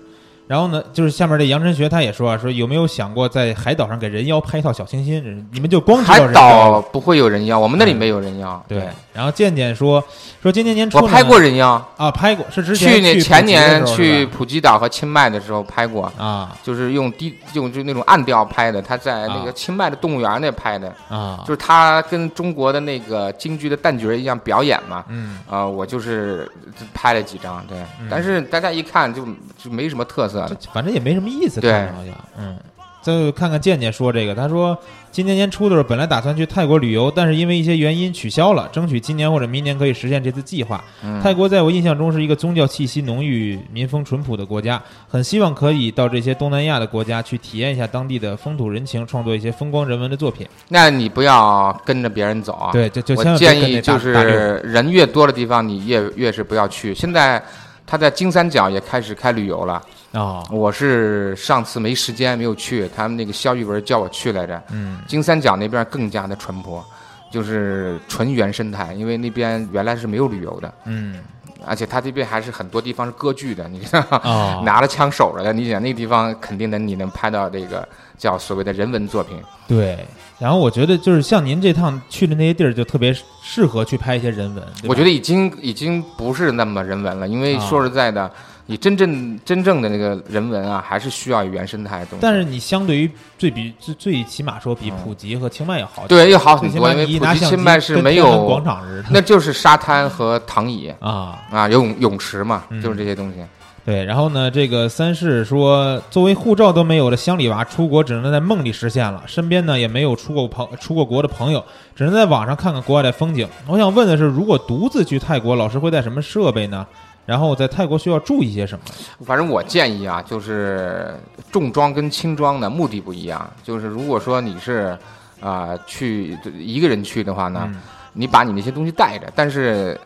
S3: 然后呢，就是下面这杨晨学他也说啊，说有没有想过在海岛上给人妖拍一套小清新？人你们就光知道
S5: 海
S3: 人妖
S5: 岛
S3: 了。
S5: 不会有人妖，我们那里没有人妖。
S3: 对，然后健健说说今年年初
S5: 我
S3: 呢
S5: 拍过人妖，
S3: 啊，拍过是之前
S5: 去年
S3: 去
S5: 前年
S3: 普吉的时候
S5: 去
S3: 是吧
S5: 普吉岛和清迈的时候拍过。
S3: 啊
S5: 就是用低用就那种暗调拍的，他在那
S3: 啊
S5: 个清迈的动物园那拍的，
S3: 啊，
S5: 就是他跟中国的那个京剧的旦角一样表演嘛。
S3: 嗯
S5: 啊、我就是拍了几张，对，
S3: 嗯
S5: 但是大家一看就就没什么特色
S3: 这
S5: 了。
S3: 反正也没什么意思，
S5: 啊对
S3: 看着好像嗯。再看看健健说这个，他说今年年初的时候本来打算去泰国旅游，但是因为一些原因取消了，争取今年或者明年可以实现这次计划。
S5: 嗯
S3: 泰国在我印象中是一个宗教气息浓郁、民风淳朴的国家，很希望可以到这些东南亚的国家去体验一下当地的风土人情，创作一些风光人文的作品。
S5: 那你不要跟着别人走啊。，
S3: 对，就就
S5: 我
S3: 千万别
S5: 建
S3: 跟那大
S5: 议就
S3: 大溜
S5: 是人越多的地方，你越越是不要去。现在他在金三角也开始开旅游了，
S3: 啊、哦，
S5: 我是上次没时间没有去，他们那个肖玉文叫我去来着，
S3: 嗯
S5: 金三角那边更加的淳朴，就是纯原生态，因为那边原来是没有旅游的，
S3: 嗯
S5: 而且它这边还是很多地方是割据的，你知道吗，
S3: 哦，
S5: 拿着枪守着的，你想那地方肯定能你能拍到这个叫所谓的人文作品。
S3: 对。然后我觉得就是像您这趟去的那些地儿，就特别适合去拍一些人文。
S5: 我觉
S3: 得
S5: 得已经已经不是那么人文了，因为
S3: 啊
S5: 说实在的，你真正真正的那个人文啊，还是需要原生态的东西。
S3: 但是你相对于最比最最起码说比
S5: 嗯
S3: 普吉和清迈要好，
S5: 对，要好
S3: 最
S5: 很
S3: 起
S5: 多，
S3: 码
S5: 因为
S3: 你一
S5: 普
S3: 拿
S5: 吉
S3: 相机
S5: 清迈是
S3: 跟
S5: 没
S3: 天安门
S5: 有
S3: 广，场似的
S5: 那就是沙滩和躺椅
S3: 啊。
S5: 啊，游泳泳池嘛
S3: 嗯，
S5: 就是这些东西。
S3: 对，然后呢，这个三世说，作为护照都没有的乡里娃，出国只能在梦里实现了。身边呢也没有出过朋出过国的朋友，只能在网上看看国外的风景。我想问的是，如果独自去泰国，老师会带什么设备呢？然后在泰国需要注意些什么？
S5: 反正我建议啊，就是重装跟轻装的目的不一样。就是如果说你是啊、去一个人去的话呢，
S3: 嗯
S5: 你把你那些东西带着，但是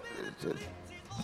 S5: 呃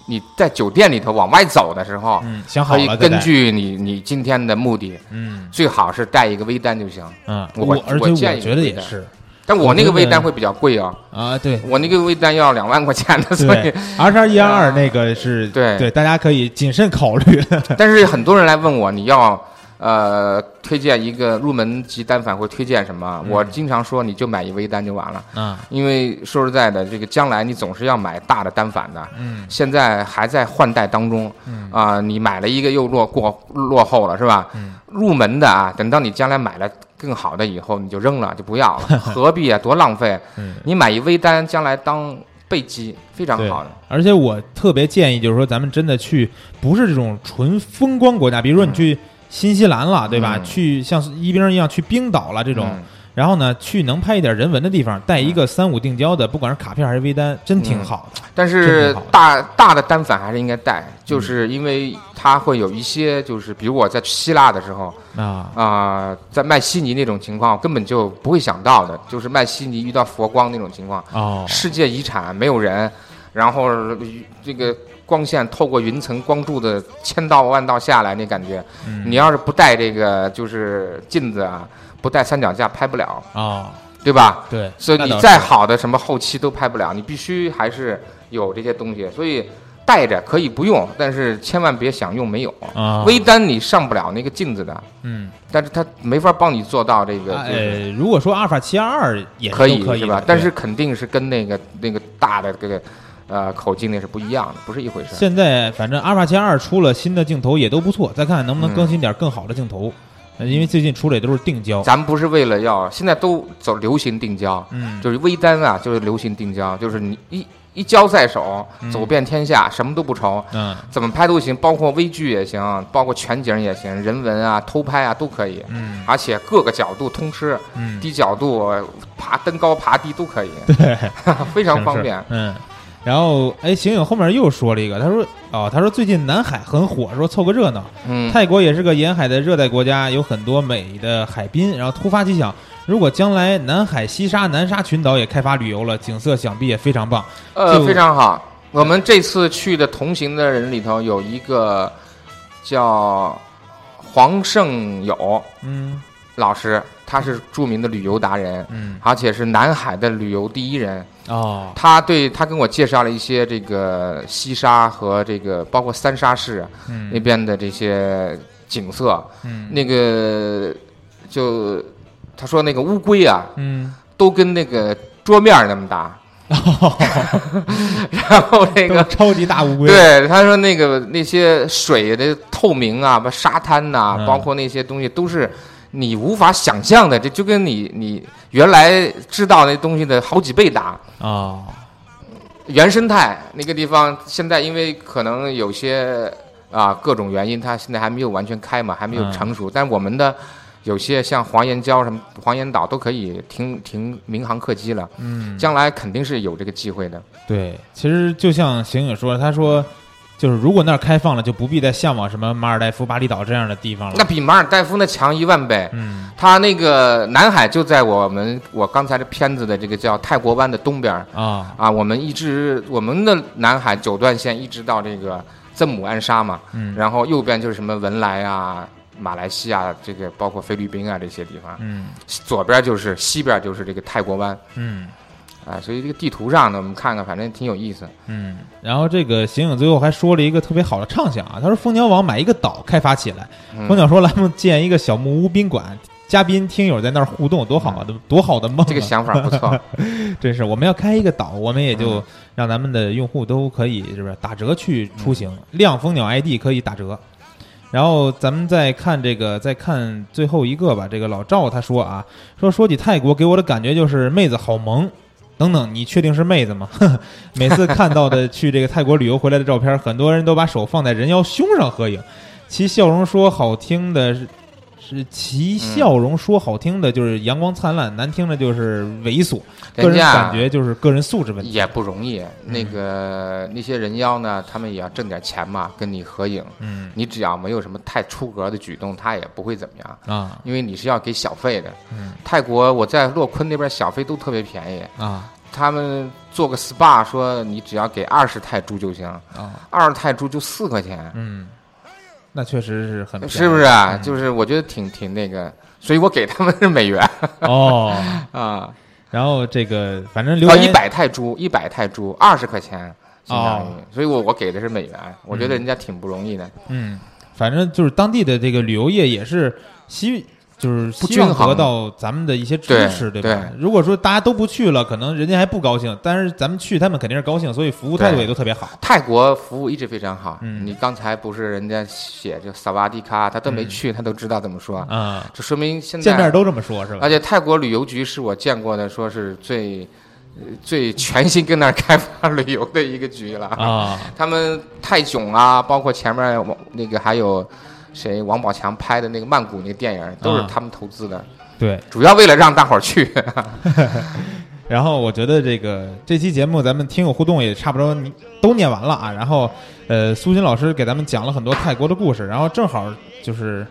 S5: 你在酒店里头往外走的时候，
S3: 嗯，想好
S5: 可以
S3: 了再带
S5: 根据你你今天的目的，
S3: 嗯
S5: 最好是带一个微单就行。
S3: 啊，
S5: 我
S3: 而且
S5: 我
S3: 我
S5: 建议
S3: 觉得
S5: 会
S3: 也
S5: 的
S3: 是
S5: 但我那个
S3: 我觉得
S5: 微单会比较贵啊，
S3: 啊，对。
S5: 我那个微单要两万块钱 的，所
S3: 对
S5: 以，啊
S3: ，R 三一二二那个是
S5: 对
S3: 对，大家可以谨慎考虑。
S5: 但是很多人来问我，你要呃推荐一个入门级单反会推荐什么？
S3: 嗯
S5: 我经常说你就买一微单就完了，
S3: 啊，
S5: 因为说实在的，这个将来你总是要买大的单反的。
S3: 嗯
S5: 现在还在换代当中，
S3: 嗯
S5: 啊、你买了一个又落过落后了是吧？
S3: 嗯
S5: 入门的啊，等到你将来买了更好的以后，你就 扔了，就不要了，何必啊？多浪费！
S3: 嗯，
S5: 你买一微单，将来当备机，非常
S3: 对
S5: 好的。
S3: 而且我特别建议，就是说咱们真的去，不是这种纯风光国家，比如说你去新西兰了，对吧？
S5: 嗯
S3: 去像一冰一样去冰岛了这
S5: 这
S3: 种，然后呢，去能拍一点人文的地方，带
S5: 嗯
S3: 一个三五定焦的，不管是卡片还是微单，真挺好的。
S5: 但
S3: 真
S5: 是
S3: 挺好的嗯
S5: 大大的单反还是应该带，就是因为它会有一些，就是比如我在希腊的时候
S3: 啊，
S5: 啊、在麦西尼那种情况，根本就不会想到的，就是麦西尼遇到佛光那种情况，
S3: 哦，
S5: 世界遗产没有人，然后呃这个光线透过云层光柱的千道万道下来，那感觉，
S3: 嗯
S5: 你要是不带这个就是镜子啊，不带三脚架拍不了，
S3: 哦，
S5: 对吧？
S3: 对，
S5: 所以
S3: 那
S5: 你
S3: 倒是
S5: 再好的什么后期都拍不了，你必须还是有这些东西。所以带着可以不用，但是千万别想用没有。
S3: 啊，
S5: 微单你上不了那个镜子的，
S3: 嗯，
S5: 但是它没法帮你做到这个，就是
S3: 呃，如果说阿尔法七二二也是
S5: 可以
S3: 都可以
S5: 是
S3: 的
S5: 吧
S3: 对？
S5: 但是肯定是跟那个那个大的这个呃口径那是不一样的，不是一回事。
S3: 现在反正阿尔法七二出了新的镜头也都不错，再看看能不能更新点更好的镜头，呃
S5: 嗯
S3: 因为最近出的也都是定焦。
S5: 咱们不是为了要，现在都走流行定焦，
S3: 嗯，
S5: 就是微单啊，就是流行定焦，就是你一一焦在手，走遍天下，什么都不愁。
S3: 嗯
S5: 怎么拍都行，包括微距也行，包括全景也行，人文啊、偷拍啊都可以，
S3: 嗯
S5: 而且各个角度通吃，
S3: 嗯，
S5: 低角度、爬登高、爬低都可以，对， 非常方便
S3: 是。。嗯，然后哎，邢颖后面又说了一个，他说哦，他说最近南海很火，说凑个热闹。
S5: 嗯，
S3: 泰国也是个沿海的热带国家，有很多美的海滨。然后突发奇想，如果将来南海西沙、南沙群岛也开发旅游了，景色想必也非常棒。
S5: 呃
S3: 就，
S5: 非常好。我们这次去的同行的人里头有一个叫黄胜友
S3: 嗯
S5: 老师，他是著名的旅游达人，
S3: 嗯
S5: 而且是南海的旅游第一人。
S3: 哦
S5: 他对他跟我介绍了一些这个西沙和这个包括三沙市啊
S3: 嗯
S5: 那边的这些景色，
S3: 嗯
S5: 那个就他说那个乌龟啊，
S3: 嗯，
S5: 都跟那个桌面儿那么大， 然后
S3: 都是
S5: 那个。
S3: 超级大乌龟。
S5: 对，他说那个那些水的透明啊，不沙滩呐、
S3: 嗯
S5: 包括那些东西都是你无法想象的，这就跟你你原来知道那东西的好几倍大。
S3: 哦，
S5: 原生态那个地方，现在因为可能有些啊各种原因，它现在还没有完全开嘛，还没有
S3: 嗯
S5: 成熟。但我们的有些像黄岩礁什么、黄岩岛都可以停停民航客机了，
S3: 嗯，
S5: 将来肯定是有这个机会的。
S3: 对，其实就像邢颖说，他说。就是如果那儿开放了，就不必再向往什么马尔代夫、巴厘岛这样的地方了。
S5: 那比马尔代夫那强一万倍。
S3: 嗯
S5: 它那个南海就在我们我刚才的片子的这个叫泰国湾的东边儿
S3: 啊，
S5: 啊，我们一直我们的南海九段线一直到这个曾母暗沙嘛，
S3: 嗯
S5: 然后右边就是什么文莱啊、马来西亚这个包括菲律宾啊这些地方，
S3: 嗯
S5: 左边就是西边就是这个泰国湾
S3: 嗯
S5: 啊，所以这个地图上呢，我们看看，反正挺有意思。
S3: 嗯。然后这个邢颖最后还说了一个特别好的畅想啊，他说蜂鸟网买一个岛开发起来，蜂
S5: 嗯，
S3: 鸟啊说栏目建一个小木屋宾馆。嘉宾听友在那儿互动，多好的，多好的梦、啊！
S5: 这个想法不错，
S3: 真是，我们要开一个岛，我们也就
S5: 嗯
S3: 让咱们的用户都可以是不是打折去出行，亮蜂鸟 ID 可以打折。然后咱们再看这个，再看最后一个吧。这个老赵他说啊，说说起泰国，给我的感觉就是妹子好萌，等等，你确定是妹子吗？ 呵呵每次看到的去这个泰国旅游回来的照片，很多人都把手放在人妖胸上合影，其笑容说好听的是是其笑容说好听的就是阳光灿烂，难听的就是猥琐。个
S5: 人
S3: 人
S5: 家
S3: 感觉就是个人素质问题。嗯
S5: 也不容易。那个那些人妖呢，他们也要挣点钱嘛，跟你合影。
S3: 嗯
S5: 你只要没有什么太出格的举动，他也不会怎么样，
S3: 啊
S5: 因为你是要给小费的。
S3: 嗯
S5: 泰国我在洛坤那边小费都特别便宜，
S3: 啊
S5: 他们做个 SPA 说你只要给二十泰铢就行，
S3: 啊
S5: 二十泰铢就四块钱，
S3: 嗯，那确实是很便宜
S5: 是不是啊？
S3: 嗯
S5: 就是我觉得挺挺那个，所以我给他们是美 元
S3: 哦，
S5: 啊，
S3: 然后这个反正留
S5: 哦，
S3: 言
S5: 一百泰铢，一百泰铢，二十块钱。相当于
S3: 哦，
S5: 所以我我给的是美元，我觉得人家挺不容易的。
S3: 嗯，反正就是当地的这个旅游业也是希就是
S5: 不
S3: 希望
S5: 均衡
S3: 得到咱们的一些支持，
S5: 对
S3: 吧？如果说大家都不去了，可能人家还不高兴，但是咱们去，他们肯定是高兴，所以服务态度
S5: 对
S3: 也都特别好。
S5: 泰国服务一直非常好，
S3: 嗯
S5: 你刚才不是人家写这萨瓦迪卡，他都没去，他都知道怎么说，
S3: 嗯啊，
S5: 这说明现在
S3: 见面都这么说，是吧
S5: 而？且泰国旅游局是我见过的，说是最呃最全心跟那儿开发旅游的一个局了。
S3: 啊，
S5: 他们泰囧啊，包括前面王那个还有谁王宝强拍的那个曼谷那个电影，都是
S3: 啊
S5: 他们投资的，
S3: 对。
S5: 主要为了让大伙儿去。
S3: 然后我觉得这个这期节目咱们听友互动也差不多你都念完了啊。然后呃，苏军老师给咱们讲了很多泰国的故事，然后正好就是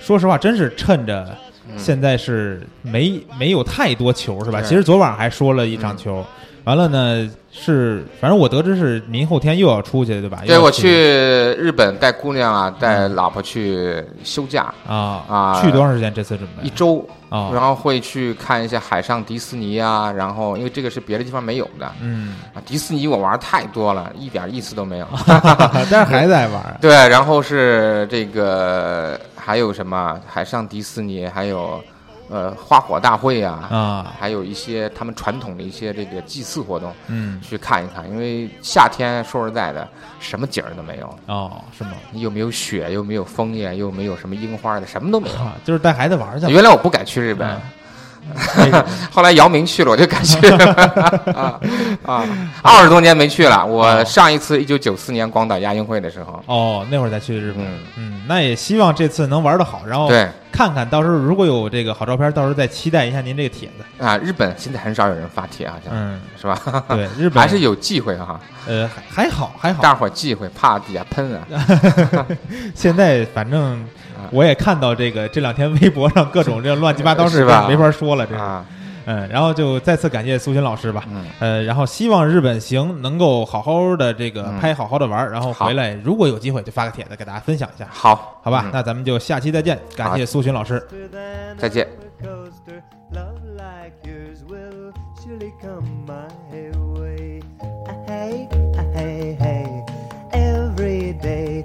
S3: 说实话，真是趁着
S5: 嗯
S3: 现在是没没有太多球是吧？
S5: 对
S3: 其实昨晚还说了一场
S5: 嗯
S3: 球，完了呢是反正我得知是您后天又要出去对嗯吧？
S5: 对
S3: 又要
S5: 我去日本带姑娘啊，带老婆去休假
S3: 啊
S5: 啊
S3: 去多长时间？这次准备
S5: 一周，
S3: 啊、
S5: 然后会去看一下海上迪士尼啊，然后因为这个是别的地方没有的
S3: 嗯，
S5: 啊，迪士尼我玩太多了，一点意思都 没有。
S3: 但是还在玩儿
S5: 对，然后是这个还有什么海上迪士尼，还有呃花火大会啊，
S3: 啊，
S5: 还有一些他们传统的一些这个祭祀活动，
S3: 嗯，
S5: 去看一看。因为夏天说实在的，什么景儿都没有，
S3: 哦，是吗？
S5: 又没有雪，又没有枫叶，又没有什么樱花的，什么都没有。
S3: 啊，就是带孩子玩儿去了。
S5: 原来我不敢去日本，
S3: 啊
S5: 后来姚明去了，我就 敢去 了啊啊！二十多年没去了，我
S3: 哦
S5: 上一次一九九四年广岛亚运会的时候，
S3: 哦，那会儿再去日本，
S5: 嗯，
S3: 嗯，那也希望这次能玩的好，然后
S5: 对
S3: 看看到时候如果有这个好照片，到时候再期待一下您这个帖子。
S5: 啊，日本现在很少有人发帖，好像、
S3: 嗯，
S5: 是吧？
S3: 对，日本
S5: 啊还是有忌讳哈，
S3: 呃还还好还好，
S5: 大伙儿忌讳，怕底下喷啊。
S3: 现在反正
S5: 啊
S3: 我也看到这个这两天微博上各种这乱七八糟事
S5: 是吧
S3: 情没法说了，这个
S5: 啊，
S3: 嗯，然后就再次感谢苏军老师吧。
S5: 嗯，
S3: 呃，然后希望日本行能够好好的这个
S5: 嗯
S3: 拍，好好的玩儿，然后
S5: 好
S3: 回来如果有机会就发个帖子给大家分享一下，
S5: 好，
S3: 好吧？
S5: 嗯
S3: 那咱们就下期再见，感谢苏军老师。
S5: 再见。
S7: coaster. Love like yours will surely come my way. Ah, Hey, ah, hey, hey. Every day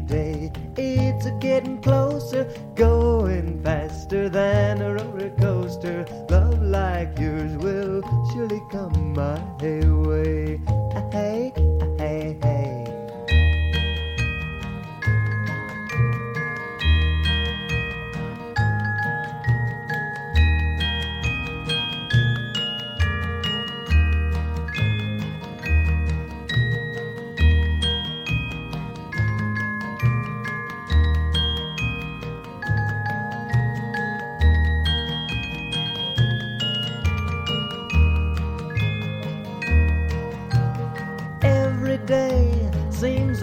S7: day it's a getting closer, going faster than a roller coaster. Love like yours will surely come my way. Ah, Hey, ah, hey, hey. Every day seems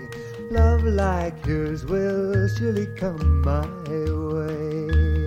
S7: Love like yours will surely come my way.